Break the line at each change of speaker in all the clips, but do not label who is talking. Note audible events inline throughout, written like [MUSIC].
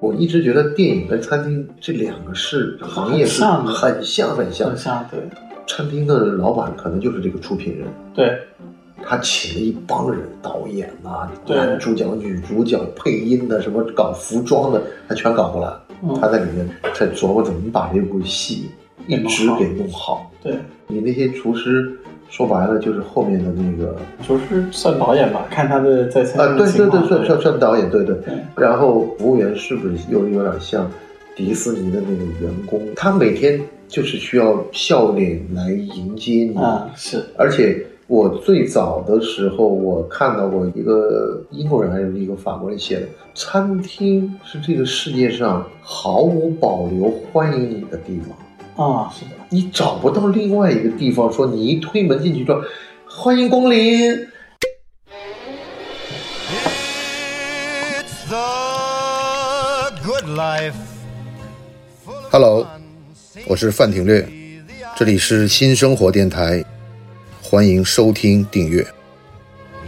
我一直觉得电影跟餐厅这两个是行业是
很像的
很像很像
很。像对
餐厅的老板可能就是这个出品人，
对
他请了一帮人，导演呐、
对
男主角、女主角、配音的，什么搞服装的，他全搞过来。
嗯
他在里面在琢磨怎么把这部戏一直给弄好。
对，
你那些厨师说白了就是后面的那个，
就是算导演吧，看他的在餐
啊，对
厅的
对
情
对，
况。
算算算导演，对对。
对
然后服务员是不是又有点像迪士尼的那个员工？他每天就是需要笑脸来迎接你，
啊是
而且。我最早的时候，我看到过一个英国人还是一个法国人写的，餐厅是这个世界上毫无保留欢迎你的地方。
啊是的，
你找不到另外一个地方说你一推门进去说欢迎光临，
It's the good life.
Hello，我是范廷略，这里是新生活电台，欢迎收听订阅。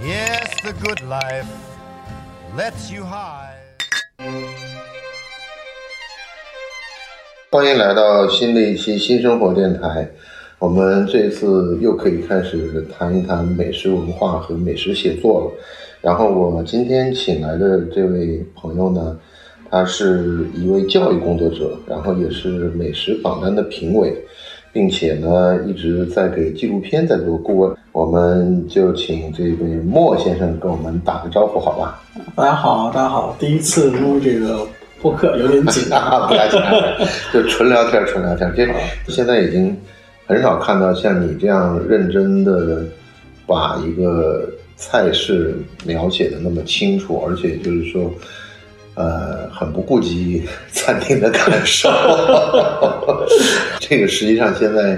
Yes, the good life lets you hide.
欢迎来到新的一期新生活电台。我们这次又可以开始谈一谈美食文化和美食写作了。然后我今天请来的这位朋友呢，他是一位教育工作者，然后也是美食榜单的评委，并且呢一直在给纪录片在做顾问。我们就请这位莫先生跟我们打个招呼，好吧？
大家好，大家好，第一次录这个播客有点紧
[LAUGHS]
张，
啊，不来钱，就纯聊天，纯聊天。这现在已经很少看到像你这样认真的把一个菜式描写的那么清楚，而且就是说，呃，很不顾及餐厅的感受。 [LAUGHS] 这个实际上现在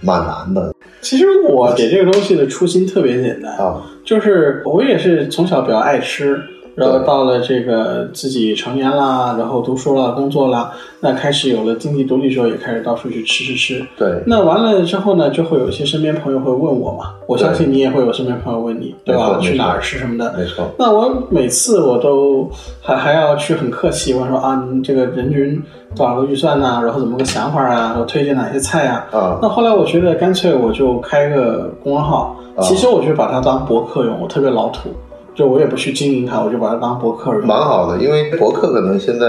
蛮难的
其实我写这个东西的初心特别简单，
啊，
就是我也是从小比较爱吃，然后
对
到了这个自己成年啦，然后读书啦，工作啦，那开始有了经济独立之后，也开始到处去吃吃吃。
对。
那完了之后呢，就会有一些身边朋友会问我嘛，我相信你也会有身边朋友问你，对吧？
没错
去哪儿
没错
吃什么的。
没错，
那我每次我都还还要去很客气，我说啊，你这个人均多少个预算呐、然后怎么个想法啊？然后推荐哪些菜啊？
啊
那后来我觉得干脆我就开个公众号，
啊
其实我就把它当博客用，我特别老土，就我也不去经营它，我就把它当博客用。
蛮好的，因为博客可能现在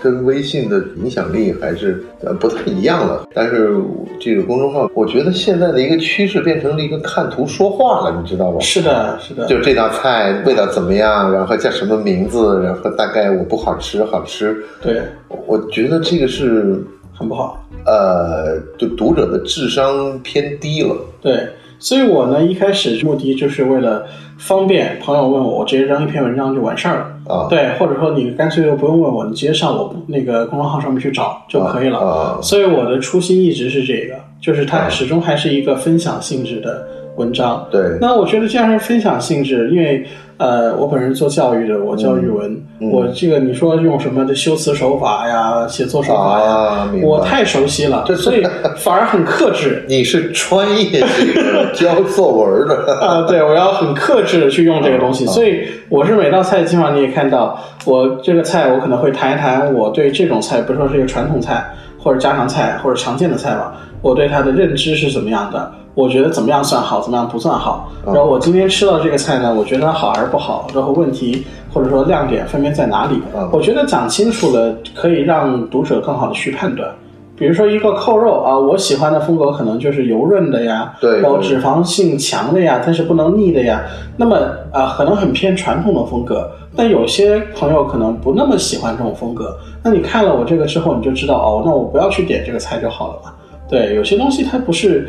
跟微信的影响力还是呃不太一样了。但是这个公众号，我觉得现在的一个趋势变成了一个看图说话了，你知道吧？
是的，是的，
就这道菜味道怎么样，然后叫什么名字，然后大概我不好吃，好吃。
对，
我我觉得这个是
很不好。
呃，就读者的智商偏低了。
对，所以我呢一开始目的就是为了方便朋友问我，我直接扔一篇文章就完事儿了。
啊
对，或者说你干脆就不用问我，你直接上我那个公众号上面去找就可以了。
啊啊
所以我的初心一直是这个，就是它
啊
始终还是一个分享性质的文章。
对，
那我觉得这样是分享性质，因为呃，我本人做教育的，我教语文，
嗯
我这个你说用什么的修辞手法呀、写作手法呀，
啊，明白。
我太熟悉了，所以反而很克制
你是专业这个教作文的。
[LAUGHS] 啊、对，我要很克制的去用这个东西，
嗯
所以我是每道菜基本上你也看到，我这个菜我可能会谈一谈我对这种菜，比如说是一个传统菜或者家常菜或者常见的菜吧，我对它的认知是怎么样的，我觉得怎么样算好，怎么样不算好，
嗯
然后我今天吃到这个菜呢，我觉得它好还是不好，然后问题或者说亮点分别在哪里
嗯？
我觉得讲清楚了，可以让读者更好的去判断。比如说一个扣肉啊，我喜欢的风格可能就是油润的呀，
对
然后
对
哦脂肪性强的呀，但是不能腻的呀。那么啊、可能很偏传统的风格，但有些朋友可能不那么喜欢这种风格。那你看了我这个之后，你就知道哦，那我不要去点这个菜就好了嘛。对，有些东西它不是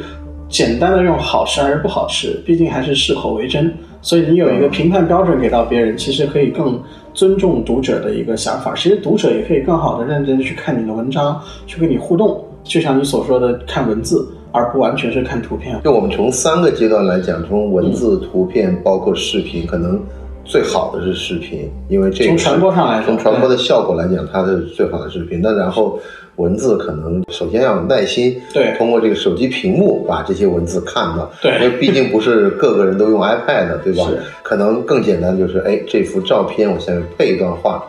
简单的用好吃还是不好吃，毕竟还是适口为真。所以你有一个评判标准给到别人，其实可以更尊重读者的一个想法。其实读者也可以更好的认真地去看你的文章，去跟你互动，就像你所说的看文字，而不完全是看图片。
就我们从三个阶段来讲，从文字、
嗯
图片，包括视频，可能最好的是视频，因为这个
从
是
传播上来说
从传播的效果来讲，它是最好的视频。那然后文字可能首先要有耐心，
对
通过这个手机屏幕把这些文字看了，
对
因为毕竟不是各个人都用 iPad，对吧
是？
可能更简单就是，哎，这幅照片我下面配一段话。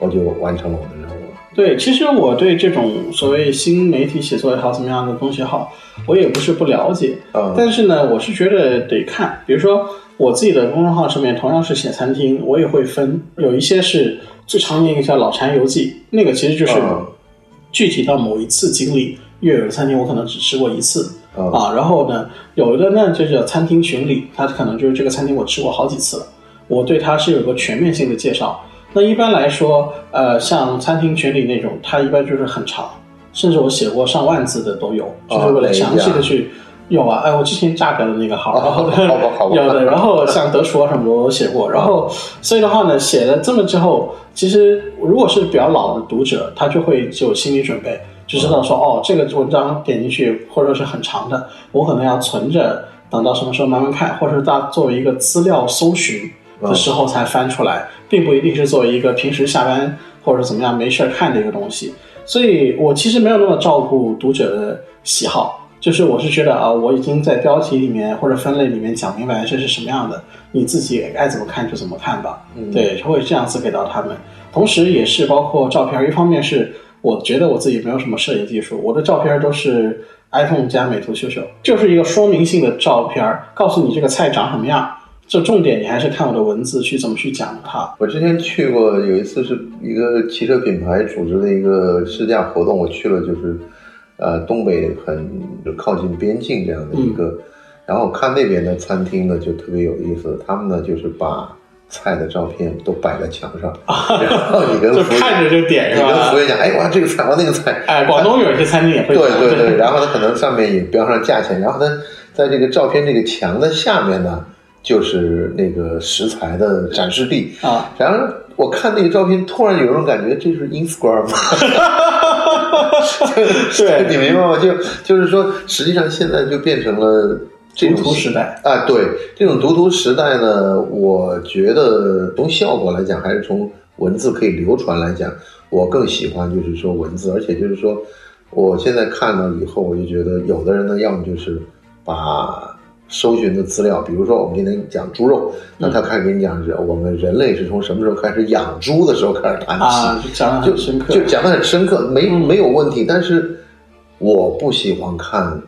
我就完成了我的任务了。
对，其实我对这种所谓新媒体写作也好，怎么样的东西也好，我也不是不了解。
嗯
但是呢，我是觉得得看，比如说我自己的公众号上面同样是写餐厅，我也会分，有一些是最常见一个叫“老禅游记”，那个其实就是
嗯
具体到某一次经历，粤有的餐厅我可能只吃过一次。
嗯
啊，然后呢，有的呢就叫餐厅巡礼，它可能就是这个餐厅我吃过好几次了，我对它是有个全面性的介绍。那一般来说，呃，像餐厅巡礼那种，它一般就是很长，甚至我写过上万字的都有，就是为了详细的去。有啊，哎，我之前炸掉的那个号，然后呢
哦好吧好吧
有的，然后像德厨啊什么的我写过，然
[LAUGHS]
后所以的话呢，写了这么之后，其实如果是比较老的读者，他就会有心理准备，就知道说哦，这个文章点进去或者是很长的，我可能要存着，等到什么时候慢慢看，或者是当作为一个资料搜寻的时候才翻出来，并不一定是作为一个平时下班或者怎么样没事儿看的一个东西。所以我其实没有那么照顾读者的喜好。就是我是觉得啊，我已经在标题里面或者分类里面讲明白这是什么样的，你自己爱怎么看就怎么看吧。
嗯
对，会这样子给到他们。同时也是包括照片，一方面是我觉得我自己没有什么摄影技术，我的照片都是 iPhone 加美图秀秀，就是一个说明性的照片，告诉你这个菜长什么样。这重点你还是看我的文字去怎么去讲它。
我之前去过，有一次是一个汽车品牌组织的一个试驾活动，我去了，就是呃东北很靠近边境这样的一个，
嗯
然后看那边的餐厅呢就特别有意思，他们呢就是把菜的照片都摆在墙上，然后你跟
啊就
服务
看着就点
你
是
跟
吧
服务？员讲，哎，哇，这个菜，哇，那个菜，
[LAUGHS] 哎，广东有一些餐厅也会
对
这样
对对，然后它可能上面也标上价钱，然后它在这个照片这个墙的下面呢，就是那个食材的展示地。
啊，
然后我看那个照片，突然有种感觉，这是 Instagram
[LAUGHS]
吗？ [LAUGHS]
对
你明白吗？就就是说，实际上现在就变成了这种
读图时代
啊，对这种读图时代呢，我觉得从效果来讲，还是从文字可以流传来讲，我更喜欢就是说文字，而且就是说，我现在看了以后，我就觉得有的人呢，要么就是把搜寻的资料，比如说我们今天讲猪肉，
嗯
那他开始给你讲人，我们人类是从什么时候开始养猪的时候开始谈起，
啊，就讲的
就
很深刻，
就讲的很深刻，没、
嗯
没有问题，但是我不喜欢看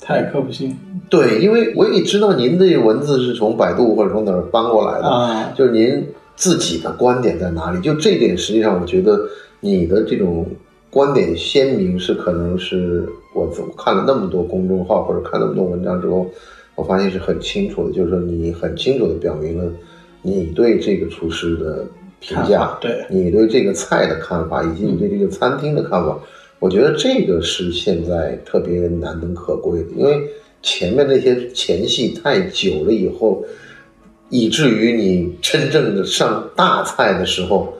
太刻不性
对，因为我也知道您的文字是从百度或者从哪儿搬过来的，
啊，
就是您自己的观点在哪里？就这点，实际上我觉得你的这种观点鲜明是可能是我看了那么多公众号或者看那么多文章之后，我发现是很清楚的，就是说你很清楚的表明了你对这个厨师的评
看
价
法，对
你对这个菜的看法，以及你对这个餐厅的看法。我觉得这个是现在特别难能可贵的，因为前面那些前戏太久了以后，以至于你真正的上大菜的时候，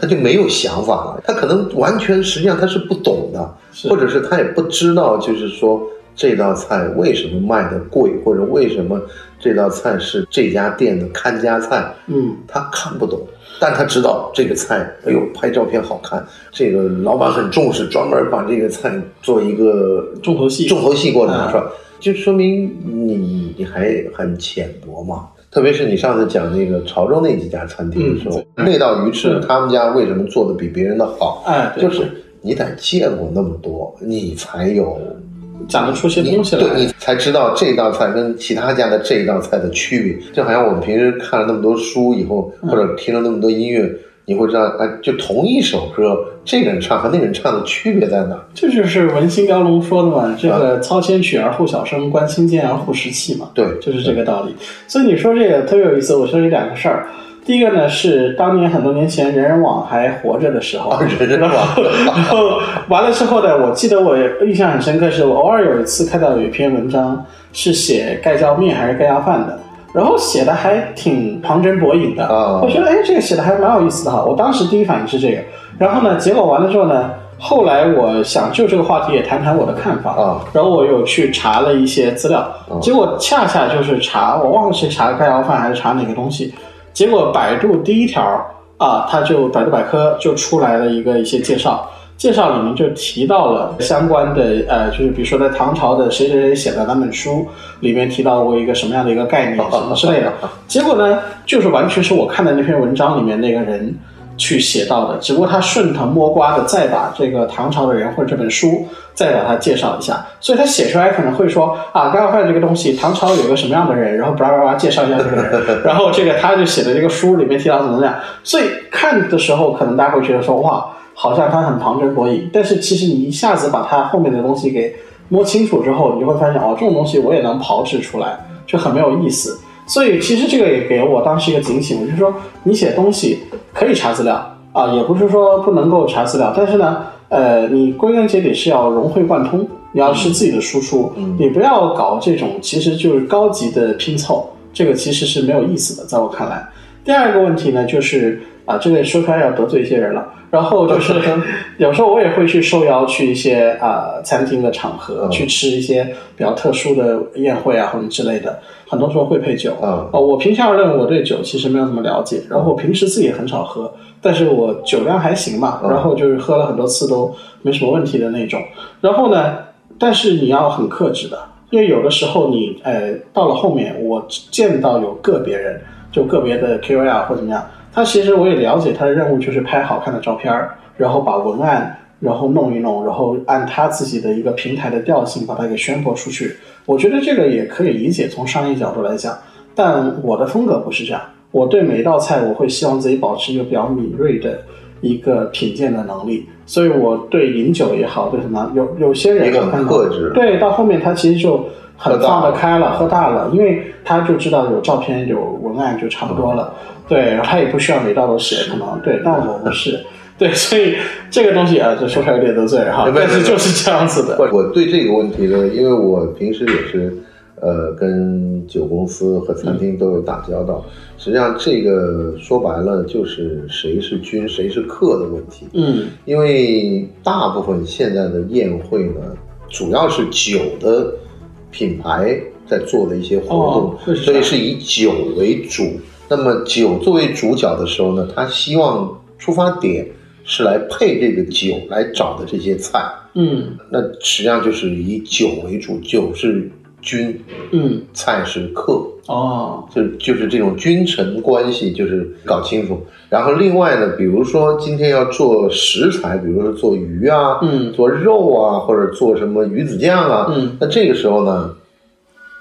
他就没有想法了，他可能完全实际上他是不懂的，
是
或者是他也不知道，就是说这道菜为什么卖的贵，或者为什么这道菜是这家店的看家菜，
嗯。
他看不懂，但他知道这个菜，哎呦，拍照片好看，这个老板很重视，专门把这个菜做一个啊
重头戏
重头戏给我拿出来，就说明你你还很浅薄嘛。特别是你上次讲那个潮州那几家餐厅的时候，那道鱼翅
嗯
他们家为什么做的比别人的好？
哎，对
就是你得见过那么多，你才有
讲得出些
你
东西来。
对你才知道这道菜跟其他家的这道菜的区别。就好像我们平时看了那么多书以后，
嗯
或者听了那么多音乐，你会知道，哎，就同一首歌，这个人唱和那个人唱的区别在哪儿？
这就是文心雕龙说的嘛，这个操千曲而后小生，观心间而后识气嘛，
对
就是这个道理。所以你说这个特别有意思，我说有两个事儿。第一个呢是当年很多年前人人网还活着的时候，
啊人人网
然后 [LAUGHS] 完了之后呢，我记得我印象很深刻，是我偶尔有一次看到有一篇文章是写盖浇面还是盖浇饭的，然后写的还挺旁征博引的，
啊
我觉得哎这个写的还蛮有意思的哈，我当时第一反应是这个，然后呢，结果完了之后呢，后来我想就这个话题也谈谈我的看法
啊，
然后我有去查了一些资料，结果恰恰就是查我忘了是查盖浇饭还是查哪个东西，结果百度第一条啊，它就百度百科就出来了一个一些介绍，介绍里面就提到了相关的呃，就是比如说在唐朝的谁谁谁写的哪本书里面提到过一个什么样的一
[LAUGHS] 啊
个概念什么之类的，结果呢，就是完全是我看的那篇文章里面那个人。去写到的，只不过他顺藤摸瓜的再把这个唐朝的人或者这本书再把它介绍一下，所以他写出来可能会说啊，干饭这个东西，唐朝有一个什么样的人，然后巴拉巴拉介绍一下这个人，然后这个他就写的这个书里面提到怎么怎么样，所以看的时候可能大家会觉得说哇，好像他很旁征博引，但是其实你一下子把他后面的东西给摸清楚之后，你就会发现哦，这种东西我也能炮制出来，就很没有意思。所以其实这个也给我当时一个警醒，我就是说你写东西可以查资料啊、也不是说不能够查资料，但是呢，呃，你归根结底是要融会贯通，你要是自己的输出，你不要搞这种其实就是高级的拼凑，这个其实是没有意思的，在我看来。第二个问题呢，就是啊，这个说出来要得罪一些人了。然后就是有时候我也会去受邀去一些啊、餐厅的场合、
嗯
去吃一些比较特殊的宴会啊或者之类的，很多时候会配酒。
嗯
哦，我平心而论，我对酒其实没有怎么了解，然后我平时自己也很少喝，但是我酒量还行嘛，
嗯
然后就是喝了很多次都没什么问题的那种。然后呢，但是你要很克制的，因为有的时候你呃到了后面，我见到有个别人，就个别的 KOL 或怎么样，他其实我也了解他的任务就是拍好看的照片儿，然后把文案。然后弄一弄，然后按他自己的一个平台的调性把它给宣播出去，我觉得这个也可以理解，从商业角度来讲。但我的风格不是这样，我对每一道菜我会希望自己保持一个比较敏锐的一个品鉴的能力，所以我对饮酒也好，对什么有有些人
一个很
我看到
克制
对，到后面他其实就很放
喝大
得
了
开了，喝大了，因为他就知道有照片有文案就差不多了，
嗯
对，然后他也不需要每道都写，可能对，但我不
[LAUGHS]
是。对，所以这个东西啊，就说出来有点得罪人哈
没，有
但
没
是
有
就是这样子的。
我我对这个问题呢，因为我平时也是，呃，跟酒公司和餐厅都有打交道。实际上，这个说白了就是谁是君谁是客的问题。
嗯
因为大部分现在的宴会呢，主要是酒的品牌在做的一些活
哦
动，
会是这
所以
样
是以酒为主。那么酒作为主角的时候呢，他希望出发点是来配这个酒来找的这些菜。
嗯
那实际上就是以酒为主，酒是君，
嗯，
菜是客，
哦，
就就是这种君臣关系，就是搞清楚。然后另外呢，比如说今天要做食材，比如说做鱼啊，
嗯
做肉啊，或者做什么鱼子酱啊，
嗯
那这个时候呢，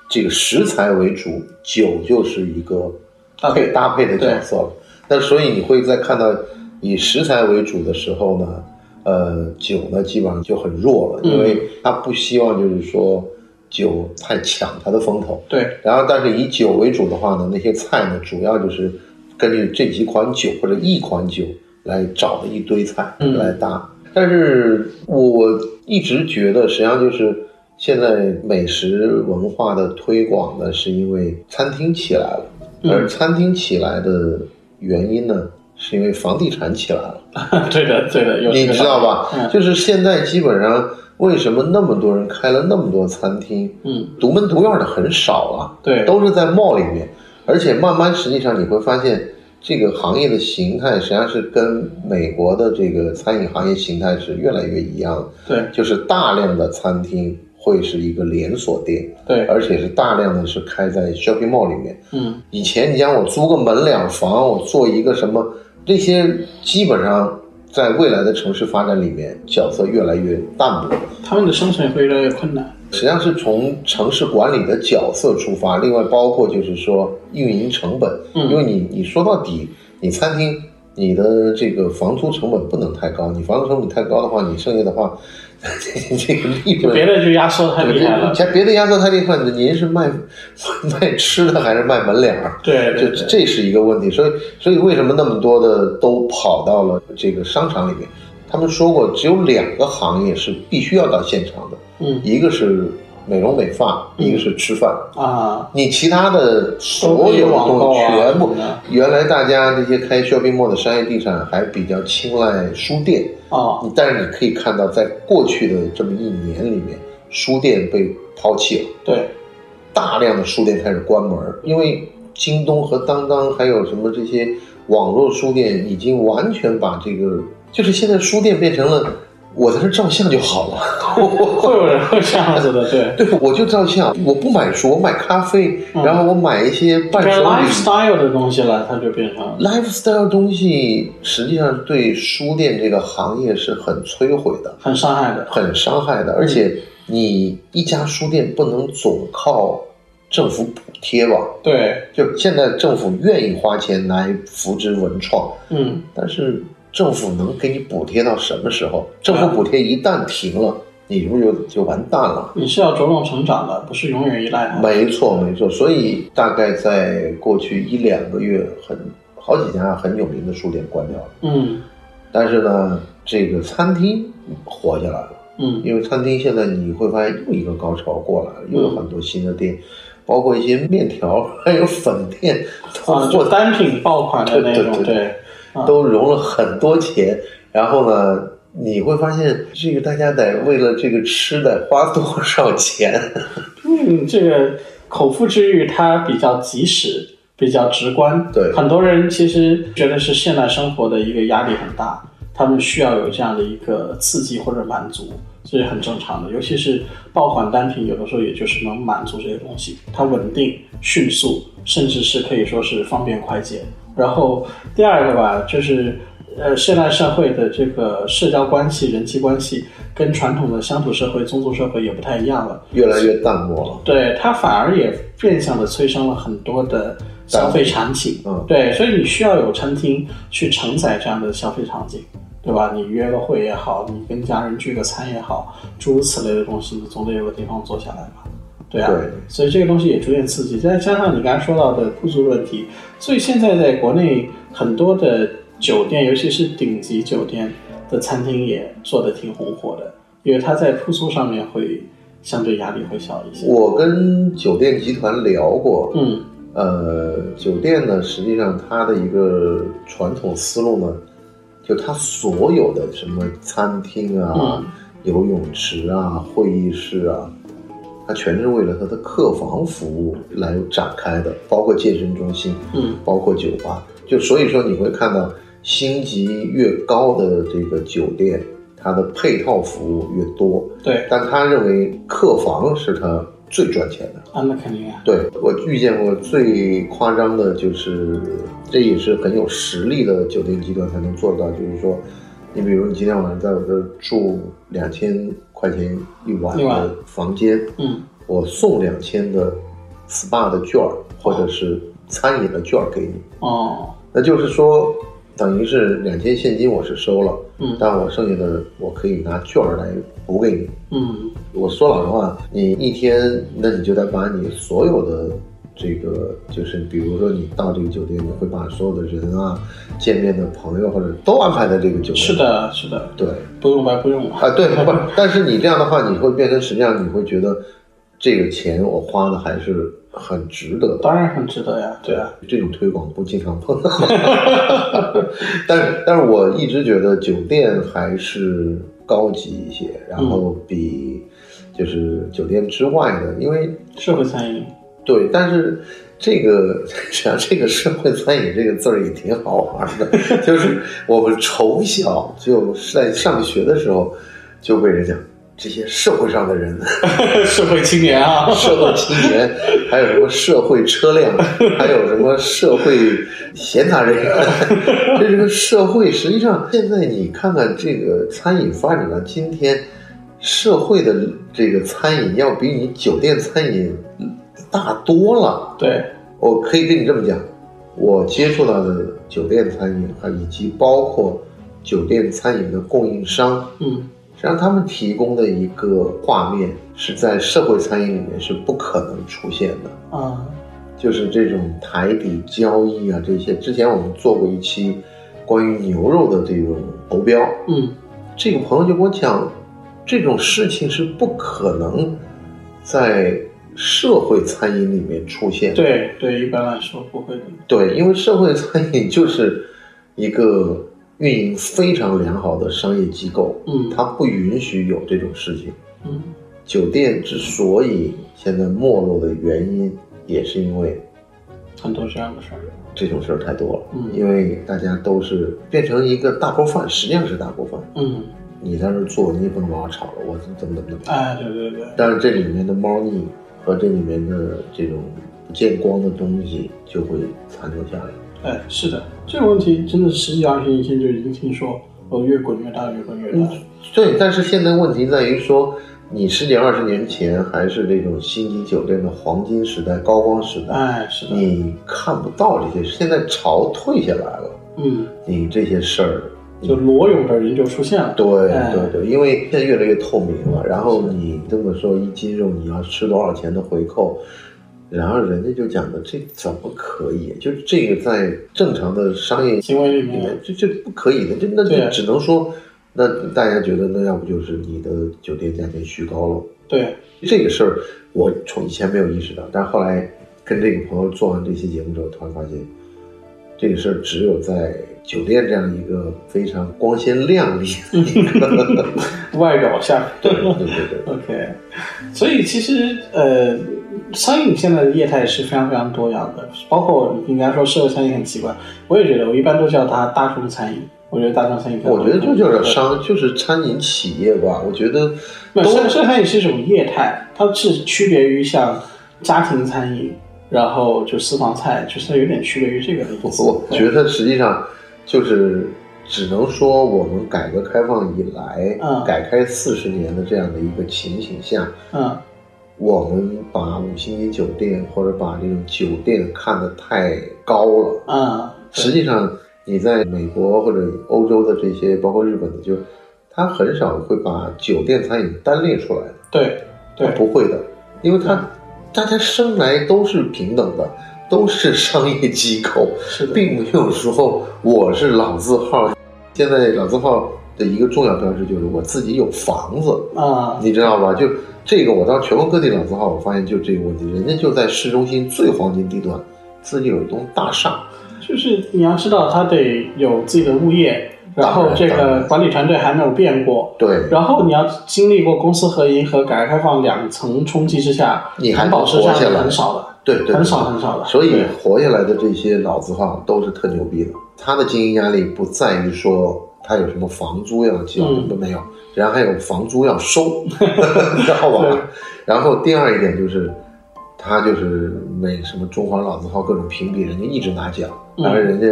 这个食材为主，酒就是一个
搭配
配搭配的角色了。那所以你会在看到以食材为主的时候呢，呃，酒呢基本上就很弱了，
嗯
因为他不希望就是说酒太抢他的风头。
对， [LAUGHS]
然后，但是以酒为主的话呢，那些菜呢，主要就是根据这几款酒或者一款酒来找的一堆菜
嗯
来搭。但是我一直觉得，实际上就是现在美食文化的推广呢，是因为餐厅起来了，
嗯
而餐厅起来的原因呢，是因为房地产起来了。
对的对的，有这
你
个
知道吧？
嗯
就是现在基本上为什么那么多人开了那么多餐厅，
嗯，
独门独院的很少了，
对
都是在 mall 里面，而且慢慢实际上你会发现。这个行业的形态实际上是跟美国的这个餐饮行业形态是越来越一样的，
对
就是大量的餐厅会是一个连锁店，
对，
而且是大量的是开在 shopping mall 里面，
嗯
以前你讲我租个门两房，我做一个什么，这些基本上在未来的城市发展里面，角色越来越淡薄。
嗯他们的生存也会越来越困难。
实际上是从城市管理的角色出发，另外包括就是说运营成本，
嗯
因为你你说到底，你餐厅你的这个房租成本不能太高，你房租成本太高的话，你剩下的话，这个利
就
润
别的就压缩得太厉害了。
别别的压缩太厉害了，您是卖卖吃的还是卖门脸儿？
对
这
对对，
这是一个问题，所以所以为什么那么多的都跑到了这个商场里面？他们说过，只有两个行业是必须要到现场的，
嗯
一个是美容美发，
嗯
一个是吃饭。
啊，
你其他的所有的东
都可
西
以网购啊
全部
什么的，
原来大家这些开 shopping mall 的商业地产还比较青睐书店，
哦，
但是你可以看到，在过去的这么一年里面，书店被抛弃了。
对，
大量的书店开始关门儿，因为京东和当当还有什么这些网络书店已经完全把这个，就是现在书店变成了我在这照相就好了。
会有人会这样子的，对。
对，我就照相，我不买书，我买咖啡，然后我买一些伴
变成
手礼。
lifestyle 的东西了，它就变成
lifestyle 东西实际上对书店这个行业是很摧毁的，
很伤害的。
很伤害的。而且你一家书店不能总靠政府补贴吧？
对，
就现在政府愿意花钱来扶植文创，
嗯，
但是政府能给你补贴到什么时候？政府补贴一旦停了，你不就就完蛋了？
你是要茁壮成长的，不是永远依赖它。
没错，没错。所以大概在过去一两个月很，好几家很有名的书店关掉了，
嗯
但是呢，这个餐厅活下来了。
嗯
因为餐厅现在你会发现又一个高潮过来了，又有很多新的店，包括一些面条还有粉店都
啊，
获
就单品爆款的那种，
对对对
对，啊
都融了很多钱，然后呢，你会发现这个大家得为了这个吃得花多少钱？
嗯，这个口腹之欲它比较及时，比较直观。
对
很多人其实觉得是现代生活的一个压力很大，他们需要有这样的一个刺激或者满足，这是很正常的。尤其是爆款单品，有的时候也就是能满足这些东西，它稳定、迅速，甚至是可以说是方便快捷。然后第二个吧，就是呃，现代社会的这个社交关系、人际关系跟传统的乡土社会、宗族社会也不太一样了。
越来越淡漠了。
对它反而也变相的催生了很多的消费场景。
嗯
对，所以你需要有餐厅去承载这样的消费场景，对吧？你约个会也好，你跟家人聚个餐也好，诸如此类的东西，你总得有个地方坐下来吧。对啊，
对
所以这个东西也逐渐刺激，再加上你刚才说到的铺租问题，所以现在在国内很多的酒店，尤其是顶级酒店的餐厅也做的挺红火的，因为它在铺租上面会相对压力会小一些。
我跟酒店集团聊过，
嗯
呃，酒店呢，实际上它的一个传统思路呢，就它所有的什么餐厅啊、
嗯
游泳池啊、会议室啊，它全是为了它的客房服务来展开的，包括健身中心，
嗯
包括酒吧。就所以说，你会看到星级越高的这个酒店，它的配套服务越多，
对，
但他认为客房是他最赚钱的。
啊，那肯定啊，
对我遇见过最夸张的就是，这也是很有实力的酒店集团才能做到，就是说，你比如你今天晚上在我这儿住两千块钱一晚
一晚
的房间，
嗯
我送两千的 SPA 的券儿或者是餐饮的券儿给你，
哦，
那就是说，等于是两千现金我是收了，
嗯
但我剩下的我可以拿券儿来补给你。
嗯
我说老实话，你一天，那你就得把你所有的这个，就是比如说你到这个酒店，你会把所有的人啊、见面的朋友或者都安排在这个酒店。
是，的，是的，
对
不用白不用
啊，对，不是，但是你这样的话，你会变成实际上你会觉得这个钱我花的还是很值得的。
当然很值得呀，对啊，，
这种推广不经常碰
[LAUGHS]
到。但是，但是我一直觉得酒店还是高级一些，然后比就是酒店之外的，因为
社会餐饮， [LAUGHS]
对，但是这个 [LAUGHS] 实际上这个社会餐饮这个字儿也挺好玩儿的，就是我们从小就在上学的时候就被人讲这些社会上的人。 [LAUGHS]
社会青年啊，
社会青年，还有什么社会车辆，还有什么社会闲杂人员， [LAUGHS] 这这个社会实际上现在你看看这个餐饮发展到今天，社会的这个餐饮要比你酒店餐饮大多了。
[LAUGHS] 对，
我可以跟你这么讲，我接触到的酒店餐饮啊，以及包括酒店餐饮的供应商，
嗯
实际上，他们提供的一个画面是在社会餐饮里面是不可能出现的，
啊，
就是这种台底交易啊这些。之前我们做过一期关于牛肉的这种投标，
嗯
这个朋友就跟我讲，这种事情是不可能在社会餐饮里面出现的。
对对，一般来说不会的，
对，因为社会餐饮就是一个运营非常良好的商业机构，
嗯
它不允许有这种事情。
嗯
酒店之所以现在没落的原因，也是因为
很多这样的事儿，
这种事儿太多了。
嗯
因为大家都是变成一个大锅饭，实际上是大锅饭。
嗯
你在那儿做，你也不能把我炒了，我怎么怎么怎么。
哎，对对对，
但是这里面的猫腻和这里面的这种不见光的东西就会残留下来。
哎，是的，这个问题真的是十几二十年前就已经听说，我越滚越大，越滚
嗯
越大。
对，但是现在问题在于说，你十几二十年前还是这种星级酒店的黄金时代、高光时代，
哎，是的，
你看不到这些。现在潮退下来了，
嗯，
你这些事儿，
就裸泳的人就出现了。
对
哎
对对，因为现在越来越透明了。然后你这么说，一斤肉你要吃多少钱的回扣？然后人家就讲的这怎么可以？就是这个在正常的商业
行为里
里面
面，
这这不可以的，这那
对
就只能说，那大家觉得那要不就是你的酒店价钱虚高了。
对，
这个事儿我从以前没有意识到，但是后来跟这个朋友做完这期节目之后，突然发现，这个事儿只有在酒店这样一个非常光鲜亮丽的一个，
外表下。
对对对对。
OK，所以其实呃，餐饮现在的业态是非常非常多样的，包括你刚才说社会餐饮很奇怪，我也觉得我一般都叫它大众餐饮，我觉得大众餐饮更好。
我觉得就叫商，就是餐饮企业吧。我觉得
那
都
社社会餐饮是一种业态，它是区别于像家庭餐饮，然后就私房菜，就是有点区别于这个的意思。
我
对
觉得实际上就是只能说我们改革开放以来，
嗯
改开四十年的这样的一个情形下，
嗯，
我们把五星级酒店或者把这种酒店看得太高了。
嗯，
实际上，你在美国或者欧洲的这些，包括日本的，就他很少会把酒店餐饮单列出来的，
对
他
对嗯
不会的，因为他大家生来都是平等的，都是商业机构，
是的，
并没有说我是老字号。现在老字号的一个重要标志就是我自己有房子，
啊、
你知道吧？就这个，我到全国各地老字号，我发现就这个问题，人家就在市中心最黄金地段，自己有一栋大厦，
就是你要知道，它得有自己的物业，然后这
当
个
然
管理团队还没有变过。
对，
然后你要经历过公私合营和改革开放两层冲击之下，
你还
环保时
活
尚
下
是
来
很少的，
对对，
很少很少的。
所以
对
活下来的这些老字号都是特牛逼的，他的经营压力不在于说他有什么房租要交，
嗯
都没有，然后还有房租要
[LAUGHS]
收，知道
对
吧？然后第二一点就是，他就是每什么中华老字号各种评比，人家一直拿奖，
嗯
但是人家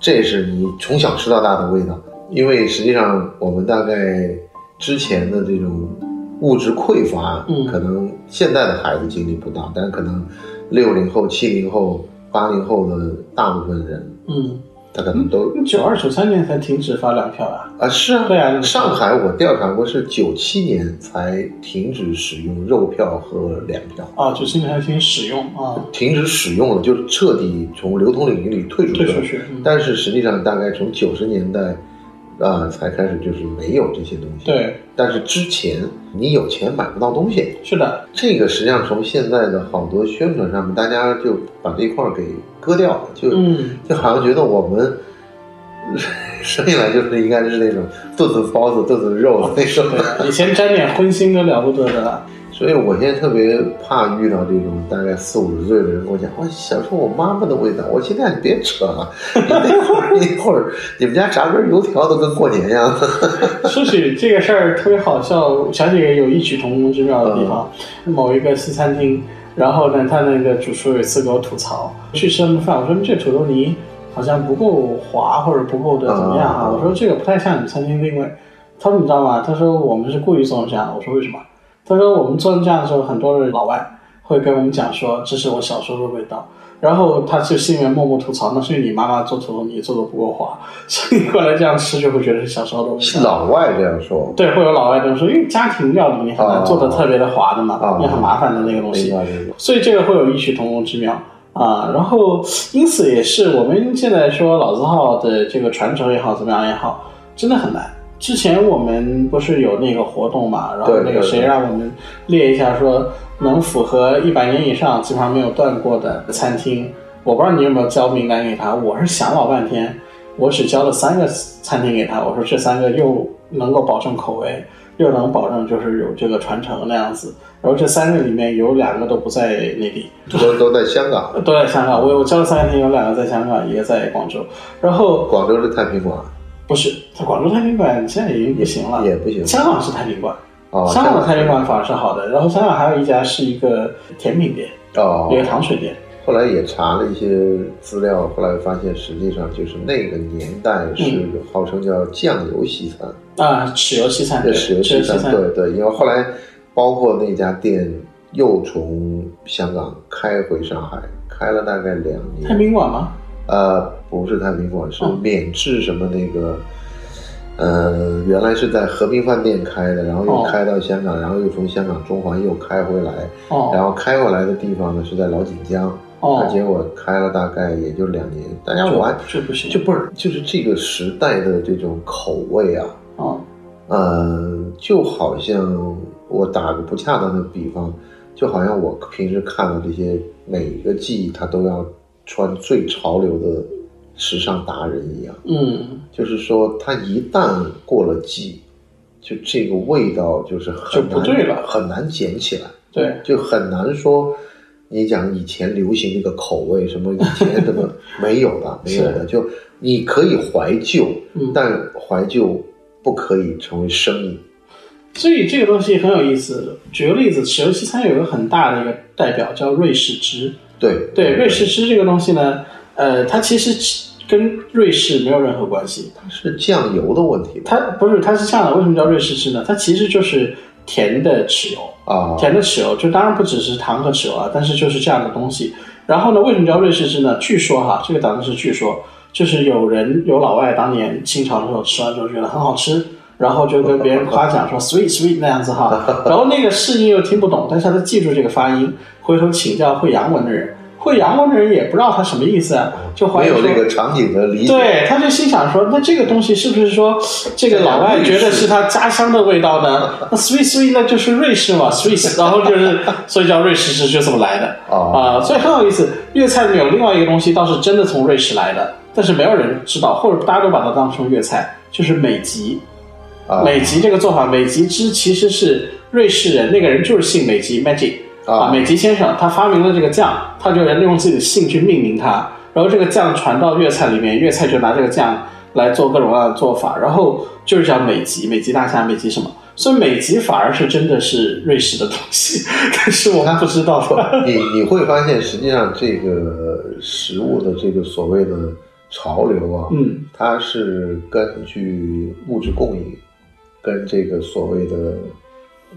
这是你从小吃到大的味道，因为实际上我们大概之前的这种物质匮乏，
嗯
可能现在的孩子经历不到，但是可能六零后、七零后、八零后的大部分人，
嗯，
他可能都、
九二九三年才停止发粮票啊，
啊是啊，
对啊
上海我调查过是九七年才停止使用肉票和粮票。
啊，九七年才停止使用啊，
停止使用了，就是彻底从流通领域里退出去
退
了。
出去。嗯
但是实际上，大概从九十年代，啊、才开始就是没有这些东西。，
对，
但是之前你有钱买不到东西，
是的，
这个实际上从现在的好多宣传上面，大家就把这块儿给割掉了，就、
嗯，
就好像觉得我们生下来就是应该是那种炖炖包子、炖炖肉的那 [LAUGHS] 种。
对，以前沾点荤腥都了不得的了，
所以我现在特别怕遇到这种大概四五十岁的人跟我讲，我想哎说我妈妈的味道，我现在你别扯 [LAUGHS] 了，你那会儿一会儿你们家炸根油条都跟过年一样。
[LAUGHS] 说起这个事儿特别好笑，我想起一个有异曲同工之妙的地方，
嗯
某一个西餐厅，然后呢，他那个主厨有一次给我吐槽，去吃他们饭，我说这土豆泥好像不够滑或者不够的怎么样啊？
嗯
我说这个不太像你们餐厅定位。他说你知道吗？他说我们是故意做成这样的。我说为什么？他说我们做成这样的时候，很多人老外会跟我们讲说这是我小时候的味道。然后他就心里面默默吐槽，那是因为你妈妈做土豆泥做的不够滑，所以过来这样吃就会觉得是小时候的味
[LAUGHS] 是老
道。
外这样 [LAUGHS] 说，
对，会有老外都说，因为家庭料理你很难做的特别的滑的嘛，
哦
也很麻烦的那个东
明
西，
白明白。
所以这个会有异曲同工之妙啊。然后，因此也是我们现在说老字号的这个传承也好，怎么样也好，真的很难。之前我们不是有那个活动嘛，然后
对
那个
对
谁
对
让我们列一下，说能符合一百年以上基本上没有断过的餐厅，我不知道你有没有交名单给他，我是想老半天，我只交了三个餐厅给他，我说这三个又能够保证口味，又能保证就是有这个传承那样子，然后这三个里面有两个都不在内地，
都都在香港，
都在香港，我我交了三个厅，有两个在香港，一个在广州，然后
广州是太平馆，
不是，它广州太平馆现在已经不行了，
也不行
香港是太平馆，
哦，
香港的太平
馆
馆反而是好的。然后香港还有一家是一个甜品店，
哦
一，个糖水店。
后来也查了一些资料，后来发现实际上就是那个年代是号称叫酱油西餐，
啊，豉油西餐，
这
对，
豉
豉
油
油
西餐，
餐，
对对，因为后来包括那家店又从香港开回上海，开了大概两
太
年，
平馆吗？
呃，不是太平馆，是
嗯
免治什么那个。呃，原来是在和平饭店开的，然后又
哦
开到香港，然后又从香港中环又开回来，然
哦
后开回来的地方呢是在老锦江，那
哦，
结果开了大概也就两年，大家我还
这不行，
就不是就是这个时代的这种口味啊，
哦
呃，就好像我打个不恰当的比方，就好像我平时看到这些每一个技艺他都要穿最潮流的时尚达人一样，
嗯，
就是说他一旦过了季，就这个味道就是很
就不
难
对了
很难捡起来。
对，
就很难说。你讲以前流行这个口味，什么以前什么没有的，没有的，就你可以怀旧，
嗯，
但怀旧不可以成为生意。
所以这个东西很有意思。举个例子，豉油西餐有一个很大的一个代表叫瑞士汁。
对
对，瑞士汁这个东西呢，呃，它其实跟瑞士没有任何关系。
是酱油的问题吧？
它不是，它是这样的，为什么叫瑞士汁呢？它其实就是甜的豉油。
啊，
甜的豉油，就当然不只是糖和豉油啊，但是就是这样的东西。然后呢，为什么叫瑞士汁呢？据说哈，这个党是据说，就是有人有老外当年清朝的时候吃完之后觉得很好吃，然后就跟别人夸奖说 sweet sweet 那样子哈。
[LAUGHS]
然后那个适应又听不懂，但是他记住这个发音，回头请教会洋文的人，会洋文的人也不知道他什么意思啊，就怀
没
疑
有
说
这个场景的理解。
对，他就心想说，那这个东西是不是说这个老外觉得是他家乡的味道呢？那 Swiss Swiss 那就是瑞士嘛，Swiss，然后
[LAUGHS]
就是所以叫瑞士是就这么来的
啊，
啊、所以很有意思。粤菜里面有另外一个东西，倒是真的从瑞士来的，但是没有人知道，或者大家都把它当成粤菜，就是美极。
啊
美极这个做法，美极之其实是瑞士人，那个人就是姓美极 Magic
啊
美极先生，他发明了这个酱，他就用自己的姓去命名它，然后这个酱传到粤菜里面，粤菜就拿这个酱来做各种各样的做法，然后就是叫美极，美极大虾，美极什么。所以美极反而是真的是瑞士的东西， [LAUGHS] 但是我们不知道。
你你会发现，实际上这个食物的这个所谓的潮流啊，
嗯，
它是根据物质供应，跟这个所谓的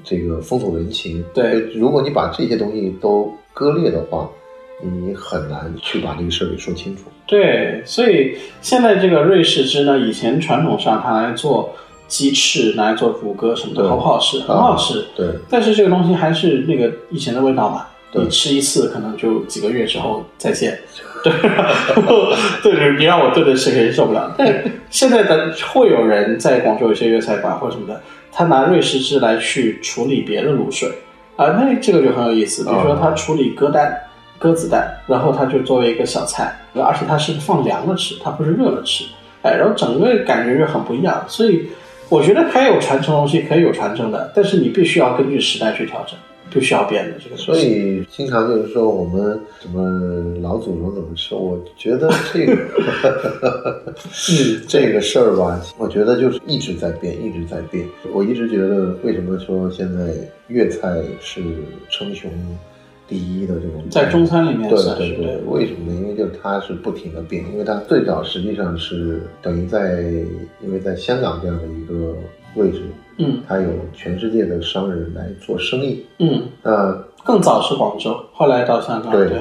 这个风土人情。
对，
如果你把这些东西都割裂的话，你很难去把这个事儿给说清楚。
对，所以现在这个瑞士汁呢，以前传统上它拿来做鸡翅，拿来做乳鸽什么
对
的，好不好吃？很
啊
好吃。
对，
但是这个东西还是那个以前的味道嘛。
对
你吃一次，可能就几个月之后再见。 [LAUGHS] 对，然后对，你让我对着吃，肯定受不了。但现在的会有人在广州有些粤菜馆或者什么的，他拿瑞士汁来去处理别的卤水啊，那这个就很有意思。比如说
哦
他处理鸽蛋、鸽子蛋，然后他就作为一个小菜，而且它是放凉了吃，它不是热了吃。哎，然后整个感觉就很不一样。所以我觉得该有传承的东西可以有传承的，但是你必须要根据时代去调整，不需要变的这个东西。
所以经常就是说我们怎么老祖宗怎么吃，我觉得这
[LAUGHS]
个
嗯，
这个事儿吧，我觉得就是一直在变，一直在变。我一直觉得，为什么说现在粤菜是称雄第一的这种？
在中餐里
嗯
面
对
算
对
是
对，为什么呢？因为就是它是不停的变，因为它最早实际上是等于在，因为在香港这样的一个位置，
嗯
它有全世界的商人来做生意。
嗯，
那
更早是广州，后来到香港，
对
对，